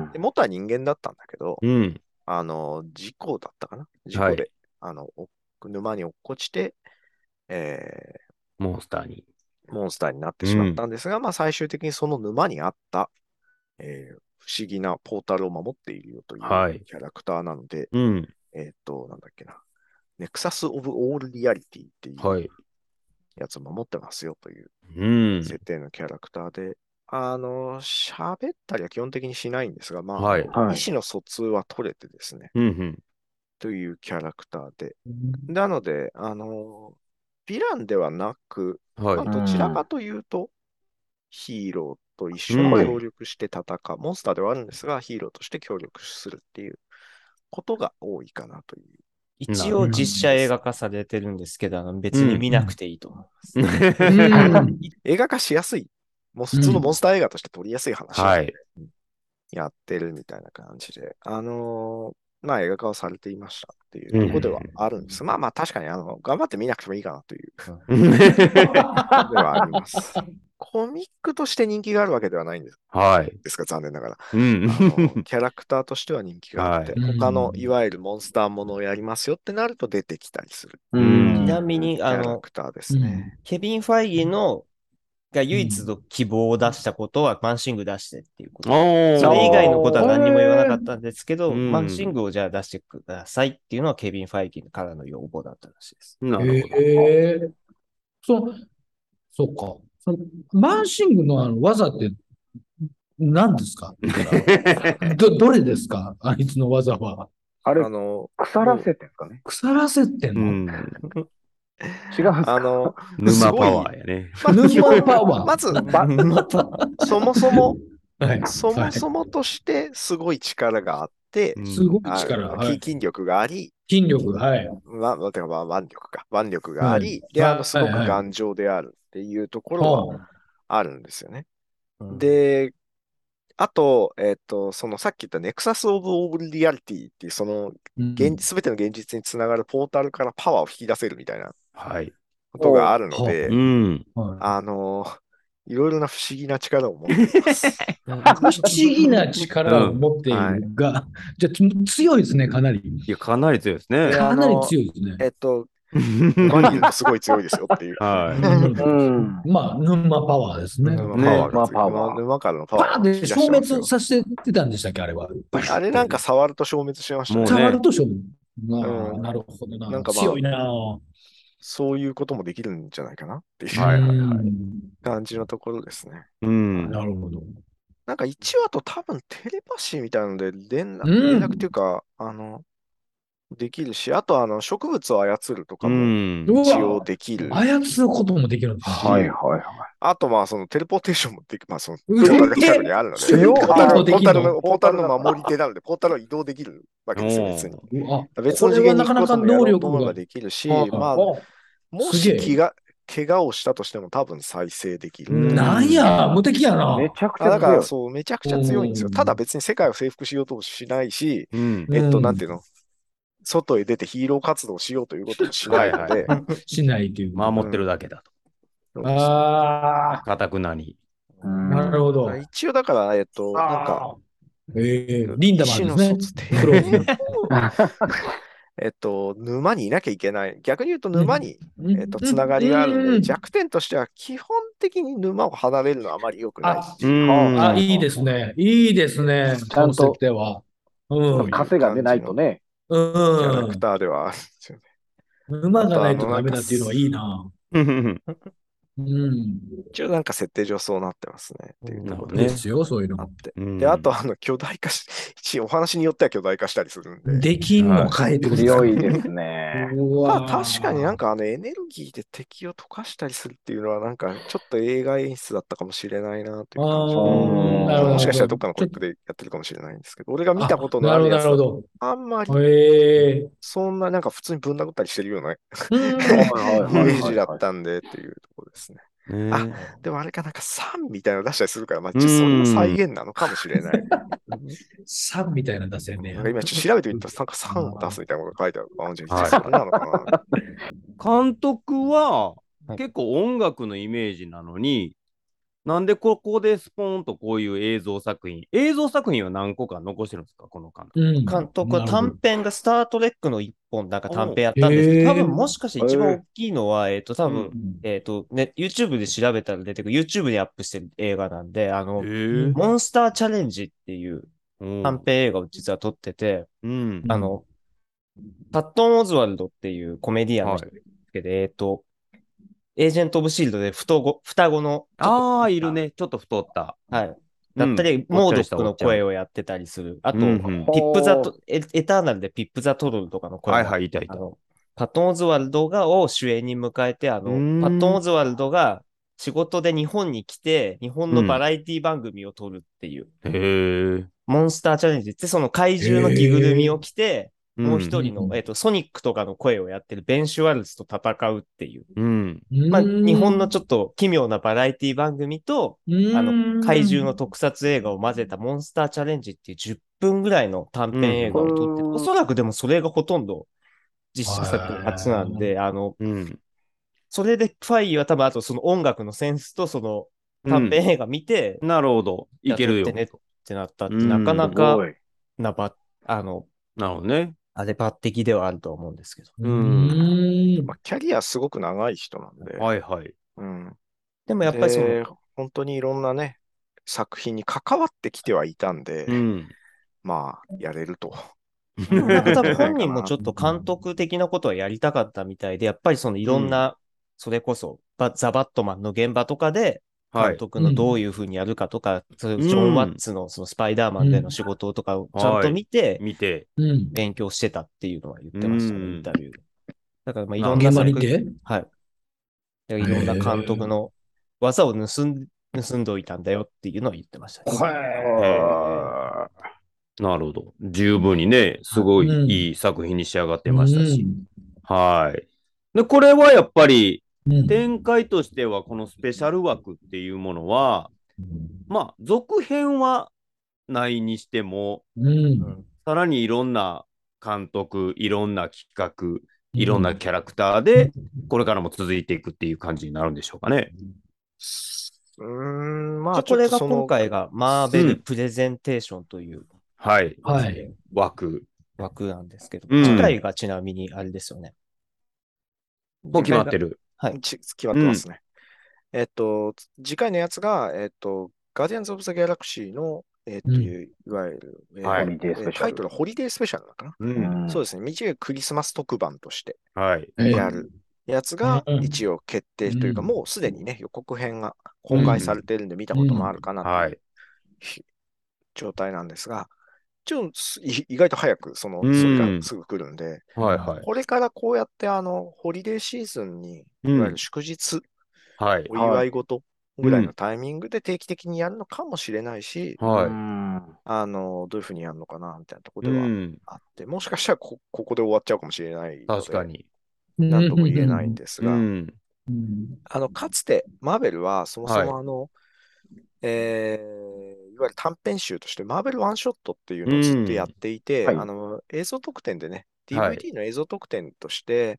S4: ん
S3: で。元は人間だったんだけど、
S1: うん。
S3: あのー事故だったかな事
S1: は
S3: 故
S1: い
S3: で、あの、お沼に落っこちて、えー
S1: モンスターに。
S3: モンスターになってしまったんですが、まあ最終的にその沼にあった、えー不思議なポータルを守っているよとい
S1: はいう
S3: キャラクターなので、
S1: うん。
S3: えーっと、なんだっけな、ネクサス・オブ・オール・リアリティっていう
S1: はい。
S3: やつを守ってますよという
S1: うん。
S3: 設定のキャラクターで、あの、喋ったりは基本的にしないんですが、まあ、
S1: はい
S3: あの
S4: はい
S3: 意思の疎通は取れてですね、
S1: うんうん。
S3: というキャラクターで。なので、あの、ヴィランではなく、
S1: はい。
S3: まあ、
S4: うん
S3: どちらかというと、ヒーローと一緒
S1: うん
S3: に協力して戦う、モンスターではあるんですが、ヒーローとして協力するっていうことが多いかなという。
S5: 一応実写映画化されてるんですけど、あの別に見なくていいと思います。
S2: うん
S3: 映画化しやすい、もう普通のモンスター映画として撮りやすい 話
S1: は
S3: を
S1: い。
S3: やってるみたいな感じで、あのーまあ映画化をされていましたっていうところではあるんです。まあまあ確かにあの頑張って見なくてもいいかなというところではあります。コミックとして人気があるわけではないんです
S1: はい。
S3: ですが、残念ながら。
S1: うん。
S3: あ のキャラクターとしては人気があって、
S2: はい
S3: 他の
S2: うん
S3: いわゆるモンスターものをやりますよってなると出てきたりする
S1: うん
S5: ちなみに、
S3: キ
S5: あ
S3: ャラ
S5: の、
S3: クターですね。
S5: ケビン・ファイギーの、が唯一の希望を出したことは、マンシング出してっていうこと。
S1: お
S5: それ以外のことは何にも言わなかったんですけど、
S1: うん
S5: マンシングをじゃあ出してくださいっていうのはケビン・ファイギーからの要望だったらしいです。
S1: なるほど。
S2: ええその、そうか。その、マンシングのあの技って何ですかど、どれですかあいつの技は。
S4: あれ
S3: あ、の、
S4: 腐らせてるんですかね。
S2: 腐らせて
S1: うん
S2: の
S1: ん、
S4: 違うんですか
S3: あの、
S1: 沼パワーやね。
S3: まあ
S2: ヌ
S3: 基
S2: ーマ
S3: 本
S2: ンパワー。
S3: まず、
S4: ば
S2: また。
S3: そもそも、
S2: はい。
S3: そもそもとしてすごい力があって、
S2: すごい
S3: あ
S2: 力、
S3: の
S2: はい。
S3: 筋力があり、
S2: 筋力、はい。
S3: わてかまあ腕力か、腕力があり、
S2: うん
S3: で、あ
S2: は
S3: の、
S2: い
S3: すごく
S2: はいはい
S3: 頑丈であるっていうところは
S2: は
S3: あるんですよね。
S5: うん、
S3: で、あと、えっ、と、そのさっき言ったネクサス・オブ・オブ・リアリティっていう、その現、すべての現実につながるポータルからパワーを引き出せるみたいな
S1: はい。
S3: ことがあるので
S1: う、ん。
S2: は
S3: あのーいろいろな不思議な力を持って います。
S2: い、不思議な力を持っているが、じゃあつ強いですね、かなり。
S1: いや、かなり強いですね。
S3: や
S2: かなり強いですね。
S3: えっと、本人もすごい強いですよっていう。
S1: は
S4: うん。
S2: まあ、沼パワーですね。
S3: 沼パワー
S4: ね
S3: が
S4: まあパワー
S3: 沼からのパ
S2: パ
S3: ワ
S2: ー
S3: ー
S2: ン
S3: が
S2: で
S3: 引き出
S2: 消
S3: してますよ
S2: 滅させてたんでしたっけあれは。
S3: あれなんか触ると消滅しました
S1: もう
S3: ね。
S1: ね
S2: 触ると消滅。な
S3: うん
S2: なるほどな。
S3: なんかまあ
S2: 強いなぁ。
S3: そういうこともできるんじゃないかなっていう
S1: はいはい
S2: うん
S3: 感じのところですね。
S1: うん。
S2: なるほど。
S3: なんか1話と多分テレパシーみたいなので連絡、
S2: うん
S3: 連絡っていうか、あの、できるし、あとあの植物を操るとか
S1: う
S3: も
S1: ん。
S2: う
S3: 一応
S2: わ
S3: できる。
S2: 操ることもできるんですね
S4: はいはいはい。
S3: あとまあそのテレポーテーションもでき、まあその
S2: う
S3: ポ
S2: わ
S3: ータル近くにあるので、
S2: 強っ
S3: ポータルの
S2: で
S3: ポ
S2: きんの
S3: ータルのポータルの守り手なので、ポータルを移動できるわけですよ、
S1: おー
S3: 別に。
S2: うわ
S3: 別
S2: こ
S3: の
S2: れ
S3: 次
S2: は
S3: 元
S2: なか
S3: に行く
S2: な
S3: こ
S2: か
S3: ともや
S2: 能
S3: ろうと
S2: 力
S3: 思えば
S2: が。
S3: できるし、
S2: あ
S3: まあ、
S2: あ
S3: も
S2: すげ
S3: し
S2: え
S3: 怪我、怪我をしたとしても多分再生できる。
S1: うん
S2: なんや、無敵やな。
S4: めちゃくち
S3: あ
S4: ゃ
S3: だか
S4: 強
S3: ら
S4: い。
S3: そう、めちゃくちゃ強いんですよ。
S2: うん
S3: ただ別に世界を征服しようともしないし、
S1: うん。
S2: うん
S3: えっと、なんていうの、外へ出てヒーロー活動しようということもしないので、
S2: しないという。
S1: 守ってるだけだと。
S2: あ
S1: かくなに。
S2: あ、なるほど。
S3: 一応だから、えっと、なんか、
S2: あーええリンダマン
S3: 意思の
S2: で
S3: 疎
S2: す
S3: 通
S2: ね。黒木
S3: えっと、沼にいなきゃいけない。逆に言うと沼に、
S2: の
S3: えっと、つながりがある
S2: うんう
S3: の
S2: ん
S3: で、弱点としては基本的に沼を離れるのはあまり良くない。
S2: あ、
S1: うん。
S2: あ、いいですね。いいですね。
S4: ちゃんと
S2: この設定は。うん。
S4: 稼が出ないとね。
S2: う
S3: キャラ
S2: ん
S3: ク。ターではあるんですよね。
S2: 馬がないとダメだっていうのはいいな。
S1: うん。
S2: うん。
S3: 一応なんか設定上そうなってますね。っていうところ
S1: なるほど
S2: で
S1: ね
S2: すよ、そういうの
S3: があ
S2: も
S3: っ。て。
S1: うん
S3: で、あと、あの、巨大化し、一お話によっては巨大化したりするんで。
S2: できんのかいってことですか
S4: 強いですね。
S2: うわ
S3: まあ、確かになんかあのエネルギーで敵を溶かしたりするっていうのはなんかちょっと映画演出だったかもしれないなという感じ
S2: あ
S4: ーなるほど
S3: もしかしたらどっかのコップでやってるかもしれないんですけど、俺が見たことの
S2: な
S3: あ
S2: るほ
S3: る
S2: ど、
S3: や
S2: な
S3: つ
S2: る
S3: だ
S2: ほ
S3: と
S2: ど。
S3: あんまり
S2: ええ
S3: そんななんか普通にぶん殴ったりしてるようなイ
S2: うん
S3: メージだったんでっていうところですね。
S1: ね
S3: あでもあれかなんか3みたいなの出したりするから、まあ実際それの再現なのかもしれない。
S2: 3みたいなの出せんね。
S3: なんか今ちょっと調べてみたらなんか3を出すみたいなことが書いてある。あじゃあ実際それなのかな。
S1: 監督は
S5: はい
S1: 結構音楽のイメージなのに、なんでここでスポーンとこういう映像作品、映像作品は何個か残してるんですか、この監督。
S2: うん
S5: 監督は
S2: なるほ
S5: 短編がスター・トレックの一本なんか短編やったんですけど、
S2: お
S5: 多
S2: うへー
S5: 分もしかして一番大きいのは、えっ、と、多分、
S1: うん
S2: ど
S5: えっ、と、ね、YouTube で調べたら出てくる、YouTube にアップしてる映画なんで、あの、
S1: え
S5: モンスターチャレンジっていう短
S1: ー。
S5: 編映画を実は撮ってて、
S1: うん。
S5: あの、パットン・オズワルドっていうコメディアンの人
S1: は
S5: がいるんですけど、えっ、と、エージェント・オブ・シールドで双子、双子の、
S1: ああ、いるね。ちょっと太った。
S5: はい。だったり、
S1: うん
S5: モードックの声をやってたりする。あと、
S1: うんうん
S5: ピップザトエ、エターナルでピップザトロルとかの声も
S1: はいはい、いたい
S5: あ
S1: た。
S5: の、パトン・オズワルドがを主演に迎えて、あの
S1: うーん、
S5: パトン・オズワルドが仕事で日本に来て、日本のバラエティ番組を撮るっていう、
S1: へえ。
S5: モンスターチャレンジって、その怪獣の着ぐるみを着て、もう一人
S2: うん
S5: の、えっと、ソニックとかの声をやってるベン・シュワルツと戦うっていう、
S1: うん。
S5: まあ、日本の
S2: ょ
S5: ち
S2: っ
S5: ょっと奇妙なバラエティ番組と、
S2: と
S5: あの、怪獣の特撮映画を混ぜたモンスターチャレンジっていう10分ぐらいの短編映画を撮って、
S4: うん
S5: おそらくでもそれがほとんど実写作初なんで、あの、
S1: うん。
S5: それでファイーは多分あとその音楽のセンスとその短編映画見て、
S1: なるほど。いける
S5: や
S1: よ
S5: っ。てねってなったって、
S1: うん
S5: なかな
S4: すご
S5: か
S4: い
S5: なば、あの、
S1: なるほどね。
S5: あれ抜擢ではあると思うんですけど。
S1: う
S2: うんん
S3: まあ、キャリアすごく長い人なんで。
S1: はいはい。
S3: うん
S5: でもやっぱりそ
S3: で
S5: の、
S3: 本当にいろんなね、作品に関わってきてはいたんで、
S1: うん。
S3: まあ、やれると。
S5: なんか多分本人もちょっと監督的なことはやりたかったみたいで、やっぱりそのいろんな、それこそバザ・バットマンの現場とかで、
S1: は
S5: 監
S1: い。
S5: 督のどういうふうにやるかとか、それジョ
S1: うん
S5: ン・ワッツのそのスパイダーマンでの仕事とかをちゃんと見て、
S1: 見て。
S2: うん。
S5: 勉強してたっていうのは言ってました
S1: うん
S5: ね、インタビューで。だからまあい
S1: あ
S5: ろんな
S2: 現場
S5: 作
S2: に
S5: 品
S2: て
S5: はい。だからいろんな監督の技を盗ん盗んどいたんだよっていうのを言ってました、ね。
S1: はなるほど。十分にね、すごい
S2: うん
S1: いい作品に仕上がってましたし。はい。で、これはやっぱり
S2: うん。
S1: 展開としては、このスペシャル枠っていうものは、まあ、続編はないにしても、
S2: うん。
S1: さらにいろんな監督、いろんな企画、いろんなキャラクターで、これからも続いていくっていう感じになるんでしょうかね。
S3: うーん、ま
S5: じゃあ
S3: あ、
S5: これが
S3: ちょっとその
S5: 今回がマーベ
S1: う
S5: ル
S1: ん
S5: プレゼンテーションという
S1: はい。
S2: はい。
S1: 枠。
S5: 枠なんですけど、
S1: うん
S5: 次回がちなみにあれですよね。
S1: もう決まってる。
S3: ち決まってますね。えっと、次回のやつが、えっと、ガーディアンズ・オブ・ザ・ギャラクシーの、えっと、
S2: うん
S3: いわゆる、えー
S1: はい
S4: ホリデースペシャル
S3: えータイトル、ホリデースペシャルなのかな、
S1: う。
S4: うんん
S3: そうですね。短いクリスマス特番として
S1: はい。
S2: え
S3: やるやつが
S2: うん
S3: 一応決定というか、
S2: うん
S3: もうすでにね、予告編が公開されてるんで見たこともあるかなと
S1: は
S3: いう
S1: い。
S3: 状態なんですが、ちょっとすい意外と早くその、
S1: うん
S3: それがすぐ来るんで、
S1: はいは
S3: これからこうやってあの、ホリデーシーズンに、
S1: い。
S3: いうわゆ
S1: ん
S3: る。祝日、
S1: はい。
S3: お祝い事ぐらいのタイミングで定期的にやるのかもしれないし、
S4: う
S1: は
S4: ん
S3: あの、どういうふうにやるのかな、みたいなとこ
S1: い。
S3: ろ
S1: う
S3: では
S1: ん。
S3: あって、もしかしたらこここで終わっちゃうかもしれないので。
S1: 確か。に。
S3: なんとも言えないん。です
S1: う
S3: が、
S1: ん。
S2: うん
S3: あの、かつてマーベルはそもそもあの、えーいわゆる短編集としてマーベルワンショットっていうのをずっとやっていて、
S4: はい
S3: あの映像特典でね、
S1: はい
S3: DVD の映像特典として、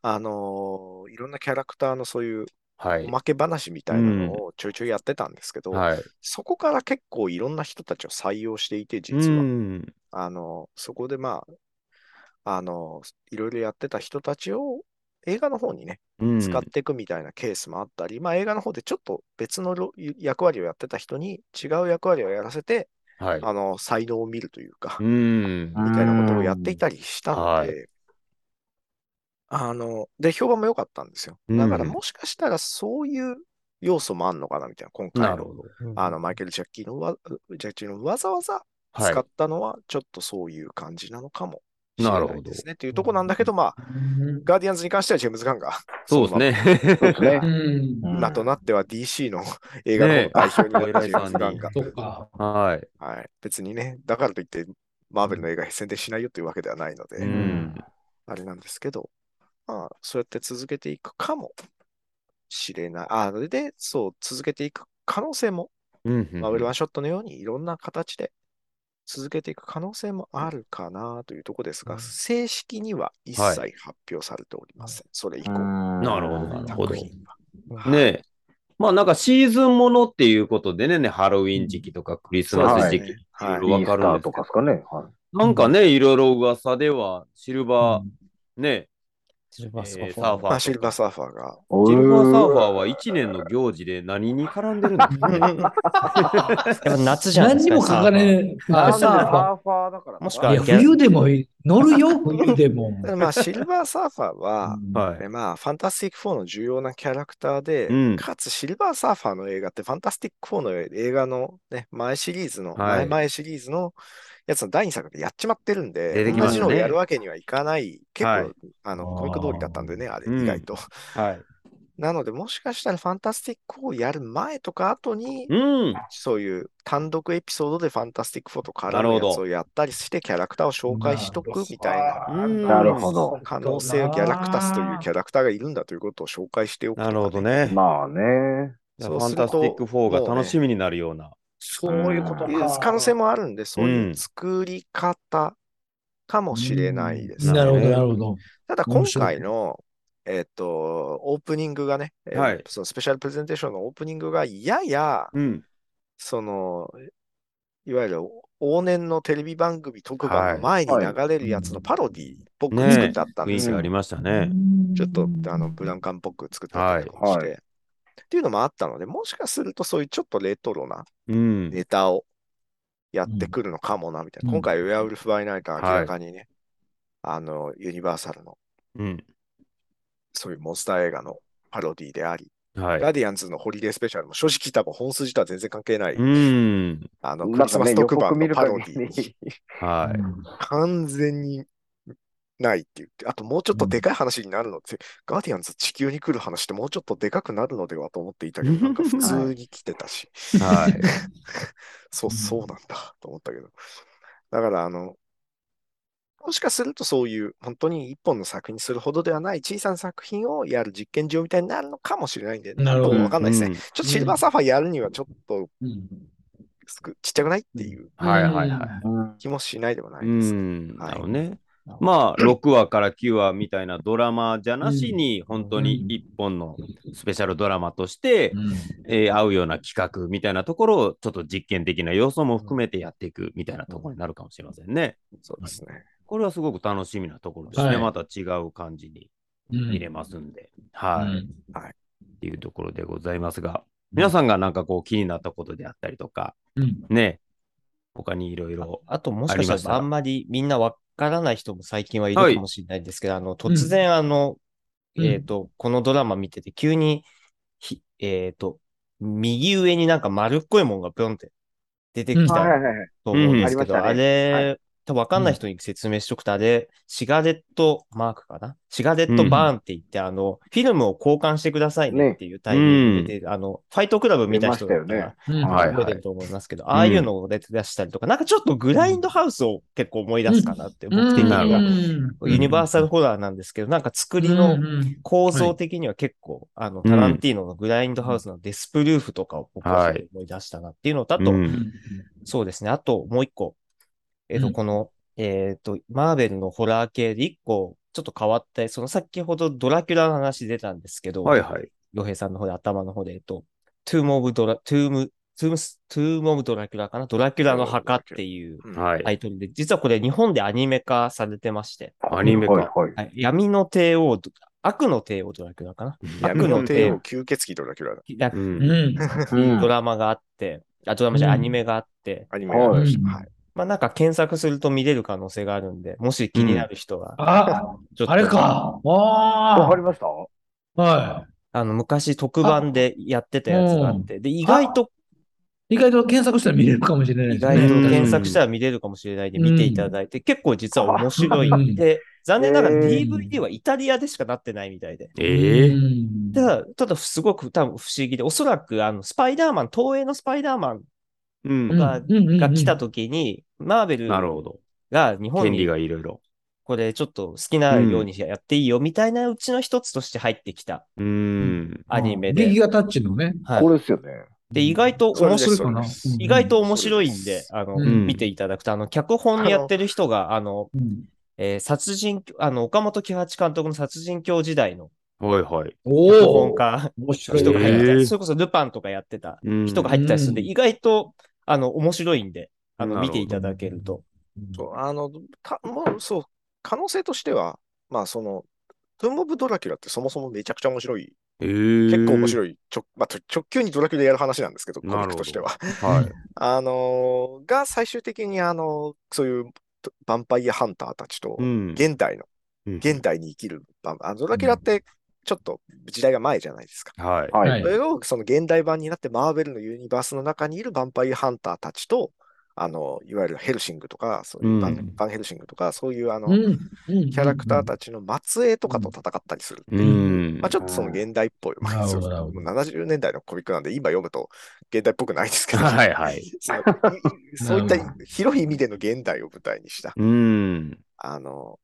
S3: あのーいろんなキャラクターのそういう
S1: は
S3: お
S1: い。
S3: まけ話みたいなのをちょいちょいやってたんですけど、
S1: はい。
S3: そこから結構いろんな人たちを採用していて、
S1: う
S3: 実は。
S1: ん。
S3: あの、そこでまあ、あの、いろいろやってた人たちを映画の方にね、
S1: うん
S3: 使っていくみたいなケースもあったり、まあ映画の方でちょっと別のろ役割をやってた人に違う役割をやらせて、
S1: はい。
S3: あの、才能を見るというか、
S1: うん。
S4: み
S3: みたいなことをやっていたりし
S1: う
S3: た
S1: んは
S3: の
S1: い
S3: で、あの、で、評判も良かったんですよ。だから
S1: うん
S3: もしかしたらそういう要素もあんのかなみたいな、今
S1: な
S3: 回
S1: るほ
S3: の、
S1: ど。
S3: あの、マイケル・ジャッキーのわ、ジャッキーのわざわざ
S1: はい
S3: 使。ったのは、ちょっとそういう感じなのかもしれ
S1: な
S3: な
S1: るほど
S3: いですね。っていうとこなんだけど、まあ、
S2: うん
S3: ガーディアンズに関してはジェームズ・ガンが、
S1: そうですね。
S4: そうですね
S2: う。ん
S4: うん
S3: 今となっては DC の映画の代表になったジェームズ・ガンが、
S2: そっか。
S1: はい。
S3: はい、別にね、だからといって、マーベルの映画宣伝しないよというわけではないので、
S1: うん。
S3: あれなんですけど、まあ、そうやって続けていくかもしれない。あ、で、そう、続けていく可能性も、
S1: うん。
S3: マーベルワンショットのようにいろんな形で続けていく可能性もあるかなというところですが、正式には一切
S1: は
S3: 発表されておりません。それ以降。
S1: な
S4: な
S1: るほどなるほど
S3: 作品は
S1: ねえ。まあなんかシーズンものっていうことでね、ねハロウィン時期とかクリスマス時期、い
S3: はい
S1: ろいろわかるん
S4: ー
S1: ですけ
S4: と
S1: ど
S4: かですかね。は
S1: なんかね、いろいろ噂では、シルバー、ね、
S5: シル
S1: え
S5: バーサー
S1: ー
S5: フ
S1: サ
S5: ァ
S1: ー
S5: ー
S1: フ
S3: ま
S1: ァ
S3: あ、シ
S1: ー
S3: ル
S1: と
S3: バー
S1: か。
S3: サーファーが。
S1: シルバーサーファー
S4: ー
S1: は1年の行事で何に絡んでるんですかね
S5: やっぱ夏じゃない
S2: 何に
S5: ですか。
S2: も書かれ
S4: あ
S2: ない。
S4: サーフ
S2: さ
S4: ァーだから。
S5: もしく
S2: あ、
S5: は
S2: いうや、
S5: んギャ
S2: 冬でもいい乗るよ、冬でも。
S3: まあ、シルバーサーファーは、
S1: は
S3: ね
S1: い。
S3: まあ、ファンタスティック4の重要なキャラクターで、
S1: うん
S3: かつシルバーサーファーの映画って、ファンタスティック4の映画の、ね、前シリーズの、
S1: はい
S3: 前々シリーズのやつの第2作でやっちまってるん
S1: 出
S3: で、
S1: て
S3: 同
S1: きます
S3: じ
S1: ね
S3: のをやるわけにはいかない、結構、
S1: はい
S3: あのコミック通りだったんでね、あれ、
S1: うん
S3: 意外と。
S5: はい。
S3: なので、もしかしたらファンタスティック4をやる前とか後に、
S1: うん。
S3: そういう単独エピソードでファンタスティック4と絡
S1: なる
S3: む
S1: ほ
S3: や
S1: ど
S3: つをやったりして、キャラクターを紹介しとくみたいな。
S1: うん
S4: なるほど。
S3: 可能性をギャラクタスというキャラクターがいるんだということを紹介しておくとか
S1: な
S3: ね
S1: るほど。ね。
S4: まあね。
S1: フ
S3: そう
S1: ァ
S3: す
S1: ン
S3: ると
S1: タスティック4が楽しみになるような。
S2: そういうこと
S3: いう
S2: か。
S3: 可能性もあるんで、そういううん作り方かもしれないです、
S2: うんなるほど、
S1: ね
S2: なるほど。
S3: ただ今回の、えっと、オープニングがね、えー
S1: はい
S3: そのスペシャルプレゼンテーションのオープニングがやや、
S1: うん。
S3: その、いわゆる往年のテレビ番組特番の前に
S4: はい
S3: 流れるやつのパロディっぽく
S1: ね
S3: 作ってあったん
S1: 雰
S3: で
S1: 囲
S3: す
S1: 気
S3: よ
S1: がありましたね。
S3: ちょっとあのブランカンっぽく作って
S1: は
S3: た
S1: い
S3: りとかし
S4: は
S3: て、
S4: い
S3: っていうのもあったので、もしかするとそういうちょっとレトロな
S1: うん。
S3: ネタをやってくるのかもな、みたいな。
S2: うん
S3: 今回、ウェアウルフ・バイ・ナイトは明らかにね、あの、ユニバーサルの
S1: うん。
S3: そういうモンスター映画のパロディであり、
S1: はい。
S3: ガーディアンズのホリデースペシャルも正直多分本筋とは全然関係ない、
S1: うん。
S3: あの、
S4: なんかね
S3: クリスマス特番の
S4: 予
S3: パ
S4: 告
S3: ロ
S4: 見
S3: デ
S4: る
S3: ィ
S4: 限り
S3: に
S1: は
S2: う
S1: い。
S2: ん
S3: 完全にないって言って、あともうちょっとでかい話になるのって、ガーディアンズ地球に来る話ってもうちょっとでかくなるのではと思っていたけど、なんか普通に来てたし、
S1: はい。
S3: そう、
S2: うん
S3: そうなんだと思ったけど。だから、あの、もしかするとそういう本当に一本の作品にするほどではない小さな作品をやる実験場みたいになるのかもしれないんで、
S2: なるほど
S3: うわかんないですね。
S1: うん
S3: ちょっとシルバーサーファーやるにはちょっと
S2: うん
S3: すくちっちゃくないっていう
S1: はいはいはい。
S3: 気もしないでもな
S1: う
S3: いです。
S1: ん、
S3: は
S1: な
S3: い
S1: るほどね。まあ、6話から9話みたいなドラマじゃなしに、本当に一本のスペシャルドラマとして、えー合うような企画みたいなところを、ちょっと実験的な要素も含めてやっていくみたいなところになるかもしれませんね。
S3: そうですね。
S1: これはすごく楽しみなところですね。
S2: はい
S1: また違う感じに見れますんで、
S2: う
S1: はい、
S2: ん
S1: っていうところでございますが、皆さんがなんかこう気になったことであったりとか、
S2: うん
S1: ね、他にいろいろ、
S5: あと、もしかした
S1: ありましたら
S5: らあんまりみんなわからない人も最近はいるかもしれないんですけど、あの、突然、あの、
S2: うん
S5: えっと、このドラマ見てて、急に、ひえっと、右上になんか丸っこいもんがぴょんって出てき
S2: うん
S5: た
S4: はいはいはい。
S5: と思うんですけ
S4: う
S5: ど、
S4: んあ
S5: あ
S4: りましたね
S5: れ、多分わかんない人に説明しとくと、あれ、シガレットマークかなシガレットバーンって言って、あの、フィルムを交換してくださいねっていうタイミングで、あの、ファイトクラブ見た人だった
S4: 出ました
S5: ら
S4: よね、
S2: うん
S1: はい
S5: 覚えてると思いますけど、ああいうのを出したりとか、なんかちょっとグラインドハウスを結構思い出すかなって、僕的に
S1: なるほ
S5: は。
S2: うん
S5: ユニバーサルホラーなんですけど、なんか作りの
S2: うんうん
S5: 構造的には結構、あの、タランティーノのグラインドハウスのデスプルーフとかを僕は
S1: はい
S5: 思い出したなっていうのと、あ
S1: う
S5: と、
S2: うんん
S5: そうですね、あともう一個、えっ
S2: う
S5: と、
S2: ん
S5: この、えっと、マーベルのホラー系で一個、ちょっと変わって、その先ほどドラキュラの話出たんですけど、
S1: はいはい。
S5: 洋平さんの方で頭の方で、えっと、トゥーム・オブ・ドラ、トゥーム、トゥームス、トゥーム・オブ・ドラキュラかなドラキュラの墓っていう
S3: うん
S1: はい。
S5: タイトルで、実はこれ日本でアニメ化されてまして、
S1: アニメ化
S4: はいはい。
S5: はい闇の帝王、悪の帝王ドラキュラかな
S3: 闇の帝王、吸血鬼ドラキュラだ。
S5: きな
S1: う。
S2: うんん
S4: うん
S5: ドラマがあって、あ、ドラマじゃない
S2: うん
S5: アニメがあって、
S3: アニメがあるし
S2: はい
S3: はい。
S5: まあなんか検索すると見れる可能性があるんで、もし気になる人は、
S2: あ、
S5: ちょっと
S2: あれか。あ
S4: わか
S2: あ
S4: りました
S2: は
S5: あの、昔特番でやってたやつがあって、で、意外と、
S2: い。意外と検索したら見れるかもしれないで
S5: 意
S2: す
S5: 外
S2: ね。
S5: と
S1: うん
S5: 検索したら見れるかもしれないで見ていただいて、結構実は面白
S2: う
S5: い。
S2: ん
S5: で、残念ながら
S4: えー
S5: DVD はイタリアでしかなってないみたいで。
S1: ええ
S2: うん
S5: ただ、ただすごく多分不思議で、おそらくあの、スパイダーマン、東映のスパイダーマン
S1: うん
S5: んが
S2: うんうんうん
S5: が来た時に、マーベル
S1: なるほど。
S5: が日本
S1: 権利
S5: に
S1: がいろいろ。
S5: これちょっと好きなようにやっていいよみたいなうちの一つとして入ってきた
S1: うん。
S5: アニメ
S2: ギ
S5: で。
S2: ガタッチのね。
S5: はい
S4: これですよね。
S5: で、意外と面白い
S3: それですそれで
S2: う
S3: す
S2: ん
S5: 意外と面白いんで、あの、
S1: うん
S5: 見ていただくと、あの、脚本やってる人が、あの、
S2: うん
S5: えー殺人、あの、岡本喜八監督の殺人教時代の
S1: はいはい。
S5: 脚
S2: お
S5: 本
S2: お
S5: 家
S2: 面白い
S5: 人が入っ
S1: へ
S5: て
S1: ー
S5: たり、それこそルパンとかやってた
S1: うん
S5: 人が入ってたりするんで、
S2: うん
S5: 意外と、あの、面白いんで、あ
S1: な
S5: の、
S1: るほ
S5: 見
S1: ど
S5: ていただけると。
S3: そうあの、かもうそう、可能性としては、まあその、トゥーム・オブ・ドラキュラってそもそもめちゃくちゃ面白い。
S1: えー、
S3: 結構面
S1: い。
S3: 白い。ちょまあ、と直球にドラキュラやる話なんですけど、コミ
S1: なるほ
S3: ッ
S1: ど
S3: クとしては。
S1: はい。
S3: あのーが最終的にあのーそういうとヴァンパイアハンターたちと、
S1: ん
S3: 現代の、
S1: うん
S3: 現代に生きる、ヴァンあのドラキュラってちょっと時代が前じゃないですか。
S1: はい。
S4: はい。
S2: はい
S3: それをその現代版になってマーベルのユニバースの中にいるヴァンパイアハンターたちと、あの、いわゆるヘルシングとか、そういうバン、
S1: うん
S3: バンヘルシングとか、そういうあの、
S2: うん
S3: キャラクターたちの末裔とかと戦ったりする。
S1: うん。
S3: まあ、ちょっとその現代っぽい。ま
S2: な
S3: あ、
S2: る
S3: そ
S2: ほど
S3: う
S2: なる
S3: も
S2: ほ
S3: う
S2: ど
S3: 70年代のコミックなんで、今読むと現代っぽくないですけ ど、
S1: はいはい。
S3: そのいそういっ
S2: なる
S3: た広い意味での現代を舞台にした、
S1: うん。
S3: あの、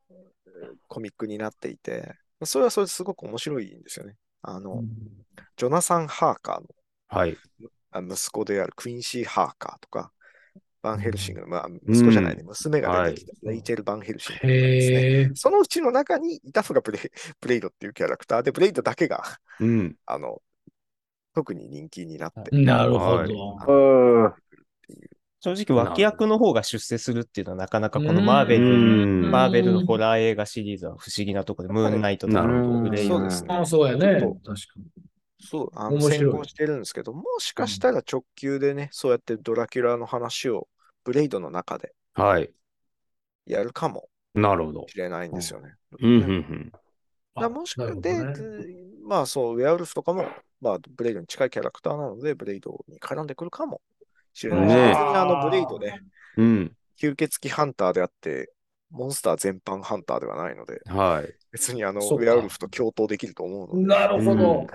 S3: コミックになっていて、それはそれですごく面白いんですよね。あの、ジョナサン・ハーカーの
S1: はい。
S3: あ息子であるクインシー・ハーカーとか、バンヘルシングの、まあ、
S1: ん
S3: 息子じゃないね、娘が
S1: は
S3: 出
S1: い
S3: てきた、レイチェル・バンヘルシングとかですね。
S2: へえ。
S3: そのうちの中にいたのがブレブレイドっていうキャラクターで、ブレイドだけが、
S1: うん。
S3: あの、特に人気になって、
S2: なるほ
S1: は
S2: ど。
S4: うん。
S5: 正直、脇役の方が出世するっていうのはなかなかこのマーベ
S1: う
S5: ル、
S1: ん。
S5: マーベルのホラー映画シリーズは不思議なところで、ムーンナイトとか
S1: なる
S5: ブレイ
S3: そ
S5: ブ
S3: うですね。
S2: あそうやね。
S3: ちょ
S2: 確
S3: っ
S2: かに。
S3: そう、あ
S2: 面
S3: の
S2: 白い
S3: 先行してるんですけど、もしかしたら直球でね、そうやってドラキュラの話をブレイドの中で
S1: はい。
S3: やるかも
S1: なるほど。
S3: しれないんですよね。
S1: うんうんうん。
S2: あ
S3: だからもしか
S2: なる
S3: し
S2: ほ
S3: て、
S2: どね
S3: でまあそう、ウェアウルフとかも、まあ、ブレイドに近いキャラクターなので、ブレイドに絡んでくるかもしれないし、
S1: ねえ
S3: 別にあのブレイドね、
S1: うん。
S3: 吸血鬼ハンターであって、モンスター全般ハンターではないので、
S1: はい。
S3: 別にあの
S2: そ
S3: ウ
S2: うか
S3: ェアウルフと共闘できると思うので、
S2: なるほど。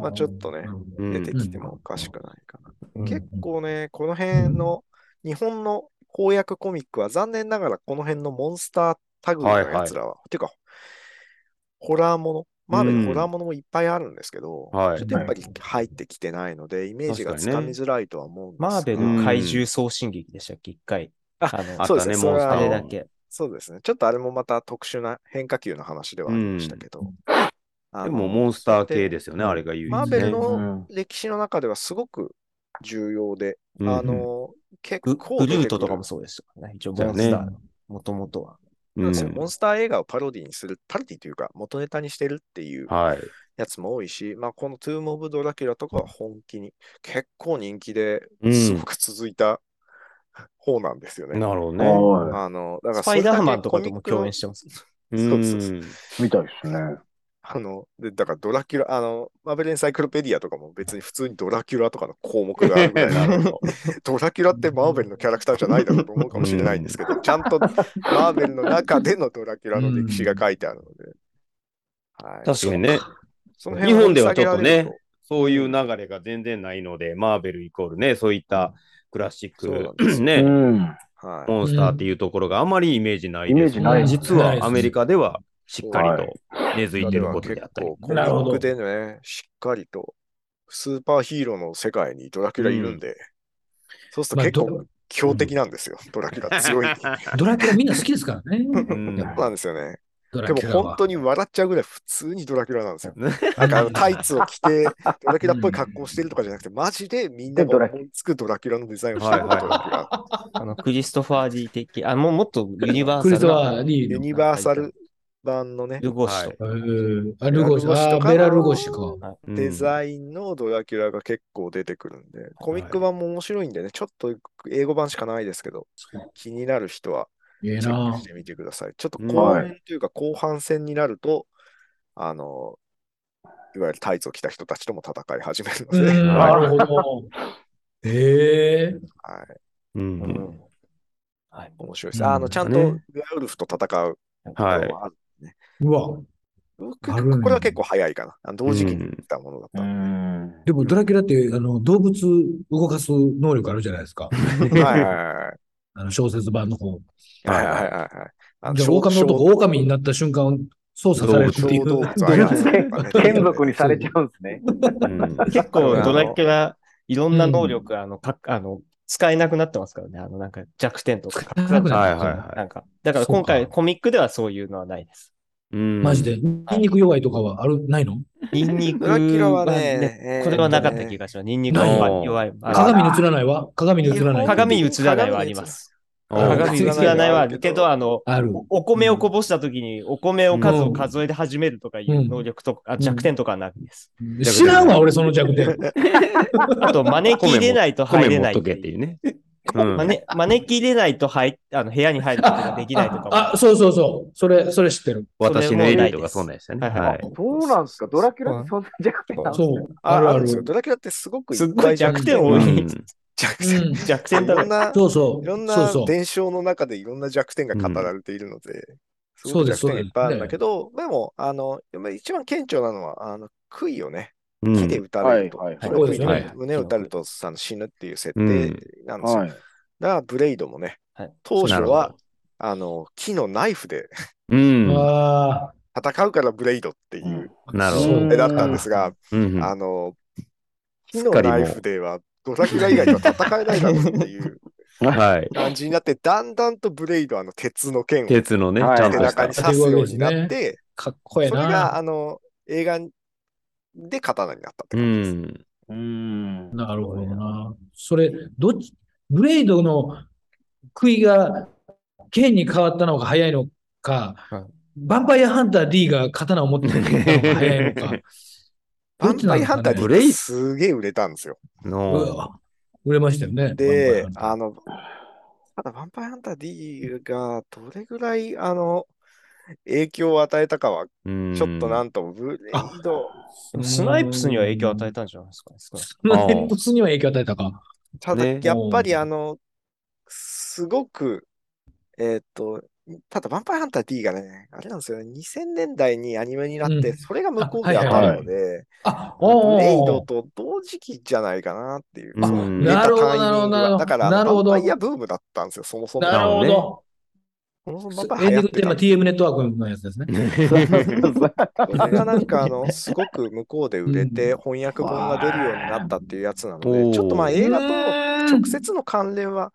S3: まあちょっとね
S1: う
S3: 出て
S1: ん。
S3: きてもおかしくないかな。
S2: うん
S3: 結構ね、この辺の日本の公約コミックは残念ながらこの辺のモンスタータグのやつらは、ていうか、ホラーもの、マーベルのホラーものもいっぱいあるんですけど、
S1: はい
S3: ちょっとやっぱり入ってきてないので、イメージがつかみづらいとは思うんですが
S5: マーベル怪獣送信劇でしたっけ、一回。
S3: あ
S5: あの
S1: あ
S3: そう
S1: っ
S3: です
S1: た
S3: ね
S1: ね、モ
S3: それ
S1: ンス
S3: は
S1: ター
S5: あれ
S1: の
S5: だ。け。
S3: そうですね。ちょっとあれもまた特殊な変化球の話ではありましたけど。あの
S1: でも、モンスター系ですよね、あれが唯一、ね。
S3: マーベル
S4: う
S3: の
S4: ん
S3: 歴史の中ではすごく重要で、
S1: うん
S3: あの、結
S5: グ
S3: 構
S5: グ
S3: 出
S5: ル
S3: てくる
S5: ートとかもそうでしたからね。一応、
S1: そう
S5: モ
S1: ね
S5: ンスターの、もともとは。
S3: なんですよ
S1: うん
S3: モンスター映画をパロディにする、パロディというか、元ネタにしてるっていう
S1: はい。
S3: やつも多いし、まあ、このトゥーム・オブ・ドラキュラとかは本気に、結構人気で
S1: うん
S3: すごく続いた方なんですよね。
S1: なるほどね。
S4: は
S3: あの、だから
S5: ス
S3: そ
S5: パ
S3: れ
S5: イ
S3: だ
S5: ダ
S3: け
S5: ーマンとかと
S3: コミ
S5: も
S3: ックの
S5: 共演してます。
S1: うん
S3: そうそう
S4: い。みたいですね。
S3: あの、で、だからドラキュラ、あの、マーベルエンサイクロペディアとかも別に普通にドラキュラとかの項目があるぐらいなんだけ ど、ドラキュラってマーベルのキャラクターじゃないだろうと思うかもしれないんです けど、ちゃんとマーベルの中でのドラキュラの歴史が書いてあるので。はい。
S1: 確かにね。
S3: その辺を
S1: 日本ではちょっとね
S3: 掘り下げられる
S1: そういう流れが全然ないので、マーベルイコールね、そういったクラシッ
S3: そうなん
S1: ク、
S3: ですよ
S1: ね、
S4: うん。
S3: とはい。
S1: モンスターっていうところがあまりイメージないです
S4: イメージないですね
S1: 実はアメリカではしっかりと根付いて
S3: で
S1: る
S3: は
S1: こと
S3: 結
S1: であったり
S3: 構、。コミ
S2: なるほ
S3: ッ
S2: ど
S3: クでね、しっかりと、スーパーヒーローの世界にドラキュラいるんで、そうすると結
S2: まあ
S3: 構強敵なんですよ、ドラキュラ強い。
S2: ドラキュラみんな好きですからね。
S1: うん
S2: やっ
S3: そうな
S2: ぱ
S3: んですよね。
S2: ドラ
S3: で
S2: キ
S3: も
S2: ュラは。
S3: 本当に笑っちゃうぐらい普通にドラキュラなんですよ。
S2: あ
S3: なんかあの
S2: の
S3: タイツを 着て、ドラキュラっぽい格好をしてるとかじゃなくて、マジでみんなが思いつくドラキュラのデザインをしてるのがドラキュラ。
S5: あの、クリストファー・ディ的、あ、もうもっとユニバー
S2: ク
S5: サ
S2: リス
S5: ル
S2: は
S5: な
S2: リー
S3: ユ
S2: の。
S3: ニバーサル版のね、
S5: ルゴシとか。
S2: えーあ、ルゴシ、
S3: ルゴシ
S2: あ
S3: と
S2: ー、
S3: か
S2: ベラルゴシか。
S1: うん
S3: デザインのドラキュラが結構出てくるんで、コミック版も面白いんでね、ちょっと英語版しかないですけど、気になる人は
S2: ええ
S3: チェッ
S2: な
S3: クしてみてください。ちょっと
S1: うん
S3: 後半というか後半戦になると、あの、いわゆるタイツを着た人たちとも戦い始めるの
S2: う
S3: で、
S2: ん、
S3: は
S2: ないるほど。ええ
S3: はい
S1: うん
S5: うんはい。
S3: 面白いです。あ
S2: う
S3: の、
S2: ん
S3: ちゃんと
S1: ね
S3: グアウルフと戦う
S1: はい
S3: のはある。
S2: うわ。
S3: 僕
S2: あるんや
S3: これは結構早いかな。あの同時期に来たものだった。
S4: ん。
S2: でもドラキュラってあの動物動かす能力あるじゃないですか。
S3: はいはいは
S2: あの小説版の方。
S3: い。はいはいはいはい。あ
S2: じゃあ、狼の男、狼になった瞬間、操作されるっていう。
S3: 小動物
S2: 動
S3: ありま
S2: 物
S3: すね
S4: 剣族にされちゃうんですね。
S1: うん
S5: 結構ドラキュラ、いろんな能力、あの、かあの、使えなくなってますからね。あの、なんか弱点とか。
S2: えなくな
S1: はい
S2: る
S1: はいは
S5: なんか、だから今
S2: そう
S5: 回
S2: か
S5: コミックではそういうのはないです。
S1: うん
S2: マジで。ニンニク弱いとかはある、ないの
S5: ニンニク
S3: ドラキュラはね、
S5: これはなかった気
S3: が。
S5: がします。ニンニクは弱い弱い。あ
S2: 鏡に映らないわ鏡に映らない。
S5: 鏡に映らないはあります。
S1: お
S2: 鏡
S5: 鏡に映らないはあるけど、あの、
S2: ある。
S5: お米をこぼしたときに、お米を数を数えて始めるとかいう能力とか、あ弱点とかはないです。
S2: 知らんわ、俺その弱点。
S5: あと、招き入れないと入
S1: 米
S5: れ
S1: 持
S5: な
S1: っ
S5: い
S1: と
S5: って
S1: けって
S5: い。
S1: いううね。
S5: まね招き入れないと入あの部屋に入ること ができないとかも。
S2: あ、そうそうそう。それ、それ知ってる。
S1: 私のエリーとかそんなんでしたね。
S5: はい
S1: は
S5: はいい。
S4: そうなんですか。ドラキュラってそんな弱点なんです
S2: そ
S4: ね
S2: う。
S3: あ
S2: あ
S3: あ
S2: るあ
S3: るん
S2: る
S3: です。よ。ドラキュラってすごく
S5: すっごい弱点
S1: う
S5: 多い。
S1: ん
S2: う
S3: 弱点。
S2: ん
S5: 弱
S3: い
S5: 点だ
S3: ろ
S5: ら
S3: ん
S5: け。
S3: な、
S2: そうそ。
S3: いうろん
S2: そう
S3: な
S2: そう。
S3: 伝承の中でいろんな弱点が語られているので、す
S2: そ
S3: ご
S2: う
S3: く
S2: です
S3: 弱点がいっぱいあるんだけど、でも、あの、一番顕著なのは、あの、杭をね、
S1: うん
S3: 木で打たれると。
S4: はいはい
S3: それを杭で
S2: はい
S3: 胸を打たれるとあの死ぬっていう設
S1: う
S3: 定
S1: ん
S3: なんですよ。
S4: はい。
S3: だから、ブレイドもね
S5: はい、
S3: 当初
S1: なるほ
S3: は
S1: ど、
S3: あの、木のナイフで
S1: うん。
S2: あ
S3: 戦うからブレイドっていう
S2: あ。
S1: なるほど
S2: そう
S3: 絵だったんですが、
S1: うん
S3: あの、木
S1: っ
S3: の
S1: かりもう
S3: ナイフではドラキュラ以外とは戦えないだろうっていう
S1: はい。
S3: 感じになって、だんだんとブレイドはあの鉄の剣を
S1: 鉄のね、ち
S4: はい
S1: ゃん
S3: 背
S1: とし
S3: 中
S1: た
S3: に。刺すようになって、
S2: かっこええ
S3: それが
S2: な。
S3: あの映画で刀になったって
S1: う
S3: 感じです。
S1: ん。
S4: うん。
S2: なるほどな。それ、どっち、ブレイドの杭が剣に変わったのが早いのか、
S5: はい
S2: ヴァンパイアハンター D が刀を持ってたのが早いの か。
S3: ヴァンパイアハンター
S1: ブ
S3: っ
S1: レイ
S3: てすげえ売れたんですよ。
S2: う
S1: の、
S2: わ売れましたよね。
S3: で
S2: ヴァン、パイアハン
S3: あの、ただヴァンパイアハンター D がどれぐらいあの影響を与えたかは、
S1: うん
S3: ちょっとなんとも、ブレイド、
S5: でもスナイプスには影響を与えたんじゃないですかね。少なく
S2: ター。ま
S5: と
S2: あ念仏には影響を与えたか。
S3: ただ
S1: ね
S3: やっぱりあの、すごく、えーっと、ただ、ヴァンパイアハンター D がね、あれなんですよね、2000年代にアニメになって、
S2: うん
S3: それが向こうで当たるので、
S2: あ、
S3: ブ
S2: お
S3: レイ
S2: ー
S3: ド
S2: おー。
S3: と同時期じゃないかなっていう。
S1: うん
S3: その
S1: な
S3: 出た
S2: るほど
S3: タイミングが
S2: なるほど
S3: だから、
S2: なるほど
S3: バンパイアブームだったんですよ、そもそも。
S2: なるほ
S1: なる
S2: ど。
S3: そもそもバンパイ
S2: エ
S3: ア
S2: ンディン
S3: 流行っ
S2: グ
S3: て
S2: テー
S3: た
S2: マ
S3: んで
S2: TM ネットワークのやつですね。
S3: それがなんか、あの、すごく向こうで売れて、
S2: う
S3: 翻訳本が出るようになったっていうやつなの
S1: お
S3: で、
S1: ー
S3: ちょっとまあ映画と
S2: 直
S3: 直接の関連は、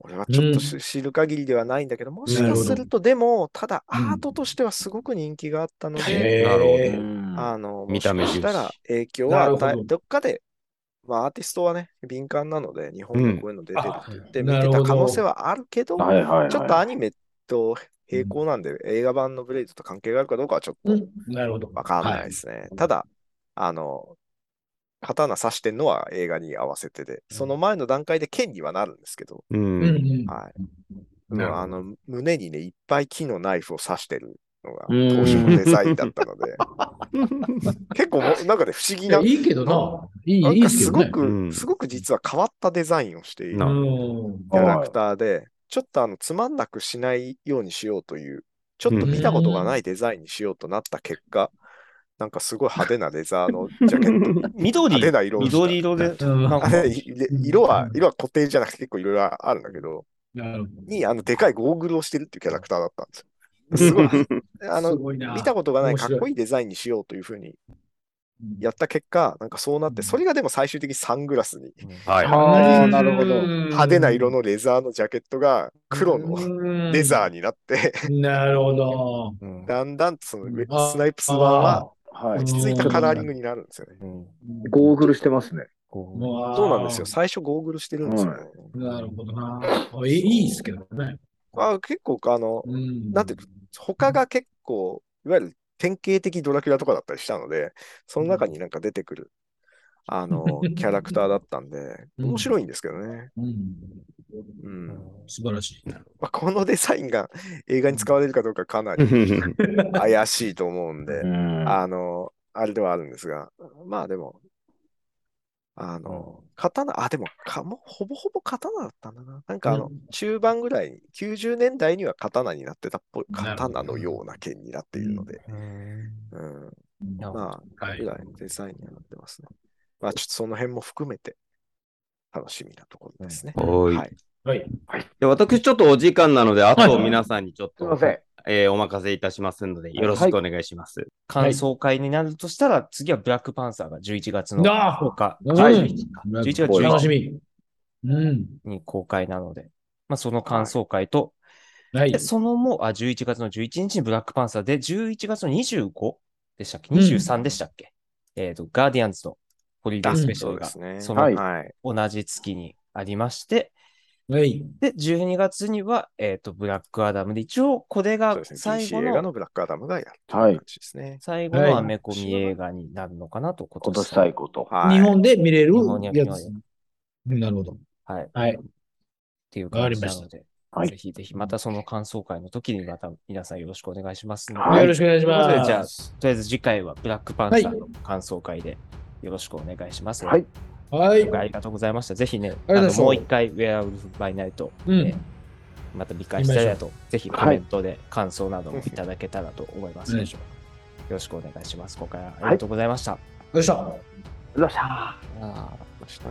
S3: 俺はちょっとし知る限りではないんだけど、もし
S2: なる
S3: か
S2: ほど
S3: すると、でも、ただ
S2: うん
S3: アートとしてはすごく人気があったので、
S2: へー
S1: なるほど
S3: あの、
S1: 見た目
S3: もしかした
S1: 重
S3: ら
S1: 視
S3: 影響は
S2: な
S3: 与
S2: る
S3: え
S2: ほど
S3: どっかで、まあアーティストはね、敏感なので、日本でこういうの出てるって言って
S2: うん
S3: 見
S2: あ
S3: てた可能性
S2: なるほど
S3: はあるけど、
S4: はいはいはい。
S3: ちょっとアニメと並行なんで、映画版のブレイドと関係があるかどうかはちょっと
S2: なるほど。
S3: わかんない
S2: は
S3: で
S2: い。
S3: すね。ただ、あの、刀刺してんのは映画に合わせてで、その前の段階で剣にはなるんですけど、
S1: う
S2: うん
S1: ん。
S2: うん。
S3: は
S2: な
S3: い。
S2: るほど
S3: あの、胸にね、いっぱい木のナイフを刺してるのが、
S1: うん
S3: 当時のデザインだったので、結構も、なんかね、不思議
S2: い
S3: な
S2: や、いいけどな。いい、
S3: ないん
S2: い
S3: か
S2: っすけ
S3: す
S2: どね。
S3: ごく、
S1: うん
S3: すごく実は変わったデザインをしている
S1: な
S2: うん。
S3: キャラクターで、ちょっとあのつまんなくしないようにしようという、ちょっと見たことがないデザインにしようとなった結果、なんかすごい派手なレザーのジャケットに。
S5: 緑、
S3: 派手な色をした
S5: 緑色で、なん
S3: あ
S5: か
S3: れいで色は、色は固定じゃなくて結構いろいろあるんだけど、
S2: なるほど。
S3: に、あの、でかいゴーグルをしてるっていうキャラクターだったんですよ。すごい。 あ
S2: す
S3: の、
S2: ごいな
S3: 見たことがない
S2: 面
S3: か
S2: 白
S3: っこいいデザインにしようというふうに
S2: うん
S3: やった結果、なんかそうなっ
S2: う
S3: て、
S2: ん
S3: それがでも最終的にサングラスに、
S1: は
S4: ああ、なるほど。
S3: 派
S2: 派
S3: 手な色のレザーのジャケットが黒の
S2: の
S3: レザー
S2: に。
S3: になって、
S2: なるほど。
S5: うん
S3: だんだんとその上
S2: あ
S3: スナイプス版は
S2: ー
S4: はい
S3: 落。ち着いたカラーリングになるんですよね。
S5: うん
S4: ゴーグルしてますね。
S5: こ
S2: うわー
S3: そうなんですよ。。最初ゴーグルしてるんですよね。
S2: なるほどな。あいいいいっすけどね。
S3: あ結構、あの、
S2: うん。
S3: なんていう他が結構、いわゆる典型的ドラキュラとかだったりしたので、その中になんか出てくる、あの、キャラクターだったんで、
S2: うん
S3: 面白いんですけどね。
S2: うん。
S3: うん。
S2: 素晴らしい。
S3: まあ、このデザインが映画に使われるかどうかかないり。怪しいと思うんで、あの、あれではあるんですが、まあでも、あの、刀、あ、でもか、もうほぼほぼ刀だったんだな。なんかあの、
S2: う
S3: 中盤ぐらいに、90年代には刀になってたっぽい、
S2: なるほど
S3: 刀のような剣になっているので、
S5: ううん
S3: うん、
S5: なるほど
S3: ま
S2: は
S3: あ、
S2: い
S3: ぐ。らいのデザインにはなってますね。まあ、ちょっとその辺も含めて、楽しみなところですね。
S1: はい
S3: はい。
S2: はい。
S1: で私、ちょっとお時間なので、あと皆さんにちょっ
S4: すい
S1: と、
S4: ません。
S1: えーお任せいたしますので、よろしくお願いします。
S5: 感想会になるとしたら、次はブラックパンサーが11月の
S2: あー
S5: 10日、
S2: はい
S5: 11日か11月
S3: これは
S2: 楽
S5: 11
S2: し
S5: 日
S2: み。うん。
S5: に公開なので、まあ、その感想会と、
S2: はい
S5: で。そのもう、あ、11月の11日にブラックパンサーで、11月の25でしたっけ
S2: うん
S5: ?23 でしたっけ、えっ、と、ガーディアンズのホリデースペシャ
S3: そ
S5: ル
S3: うで
S5: が、
S3: すね。
S5: そ
S4: はい
S5: の
S3: はい。
S5: 同じ月にありまして、
S2: はい。
S5: で、12月には、えっ、と、ブラックアダムで、一応、これ
S3: そう
S5: が
S3: ですね。
S5: 最
S3: PC
S5: 後
S3: 映画
S5: の、
S3: のブラックアダムがやると
S4: はいいう
S3: 感じですね。
S5: 最後のアメコミ映画になるのかなと、今
S4: 今
S5: 年
S4: 年
S5: 最
S4: 最
S5: 後。
S4: 後と。
S3: はい。
S2: 日本で見れる
S5: 日本には見れ
S2: や
S5: る
S2: つ。なるほど。
S5: はい。っ
S2: はい。
S5: ていう感じなので、
S4: はい
S5: ぜひぜひ、またその感想会の時に、また皆さんよろしくお願いしますので。
S4: はい
S2: よろしくお願いし
S5: ということ
S2: ま
S5: でじゃあ
S2: す。
S5: とりあえず次回はブラックパンサーの感想会でよろしくお願いします。
S4: はい
S2: はい。
S5: 今回ありがとうございました。ぜひね、あ
S2: ありがとうございま
S5: の
S2: した
S5: もう一回、ウェアウルフ・バイ・ナイト、
S2: うん。
S5: また見返したいなと、ぜひコメントで感想なども
S3: はい
S5: いただけたらと思います。
S2: うん
S5: よろしくお願いします。今回はありがとうございました。
S2: よいしょ。
S4: よっしゃー。
S5: あー
S3: でした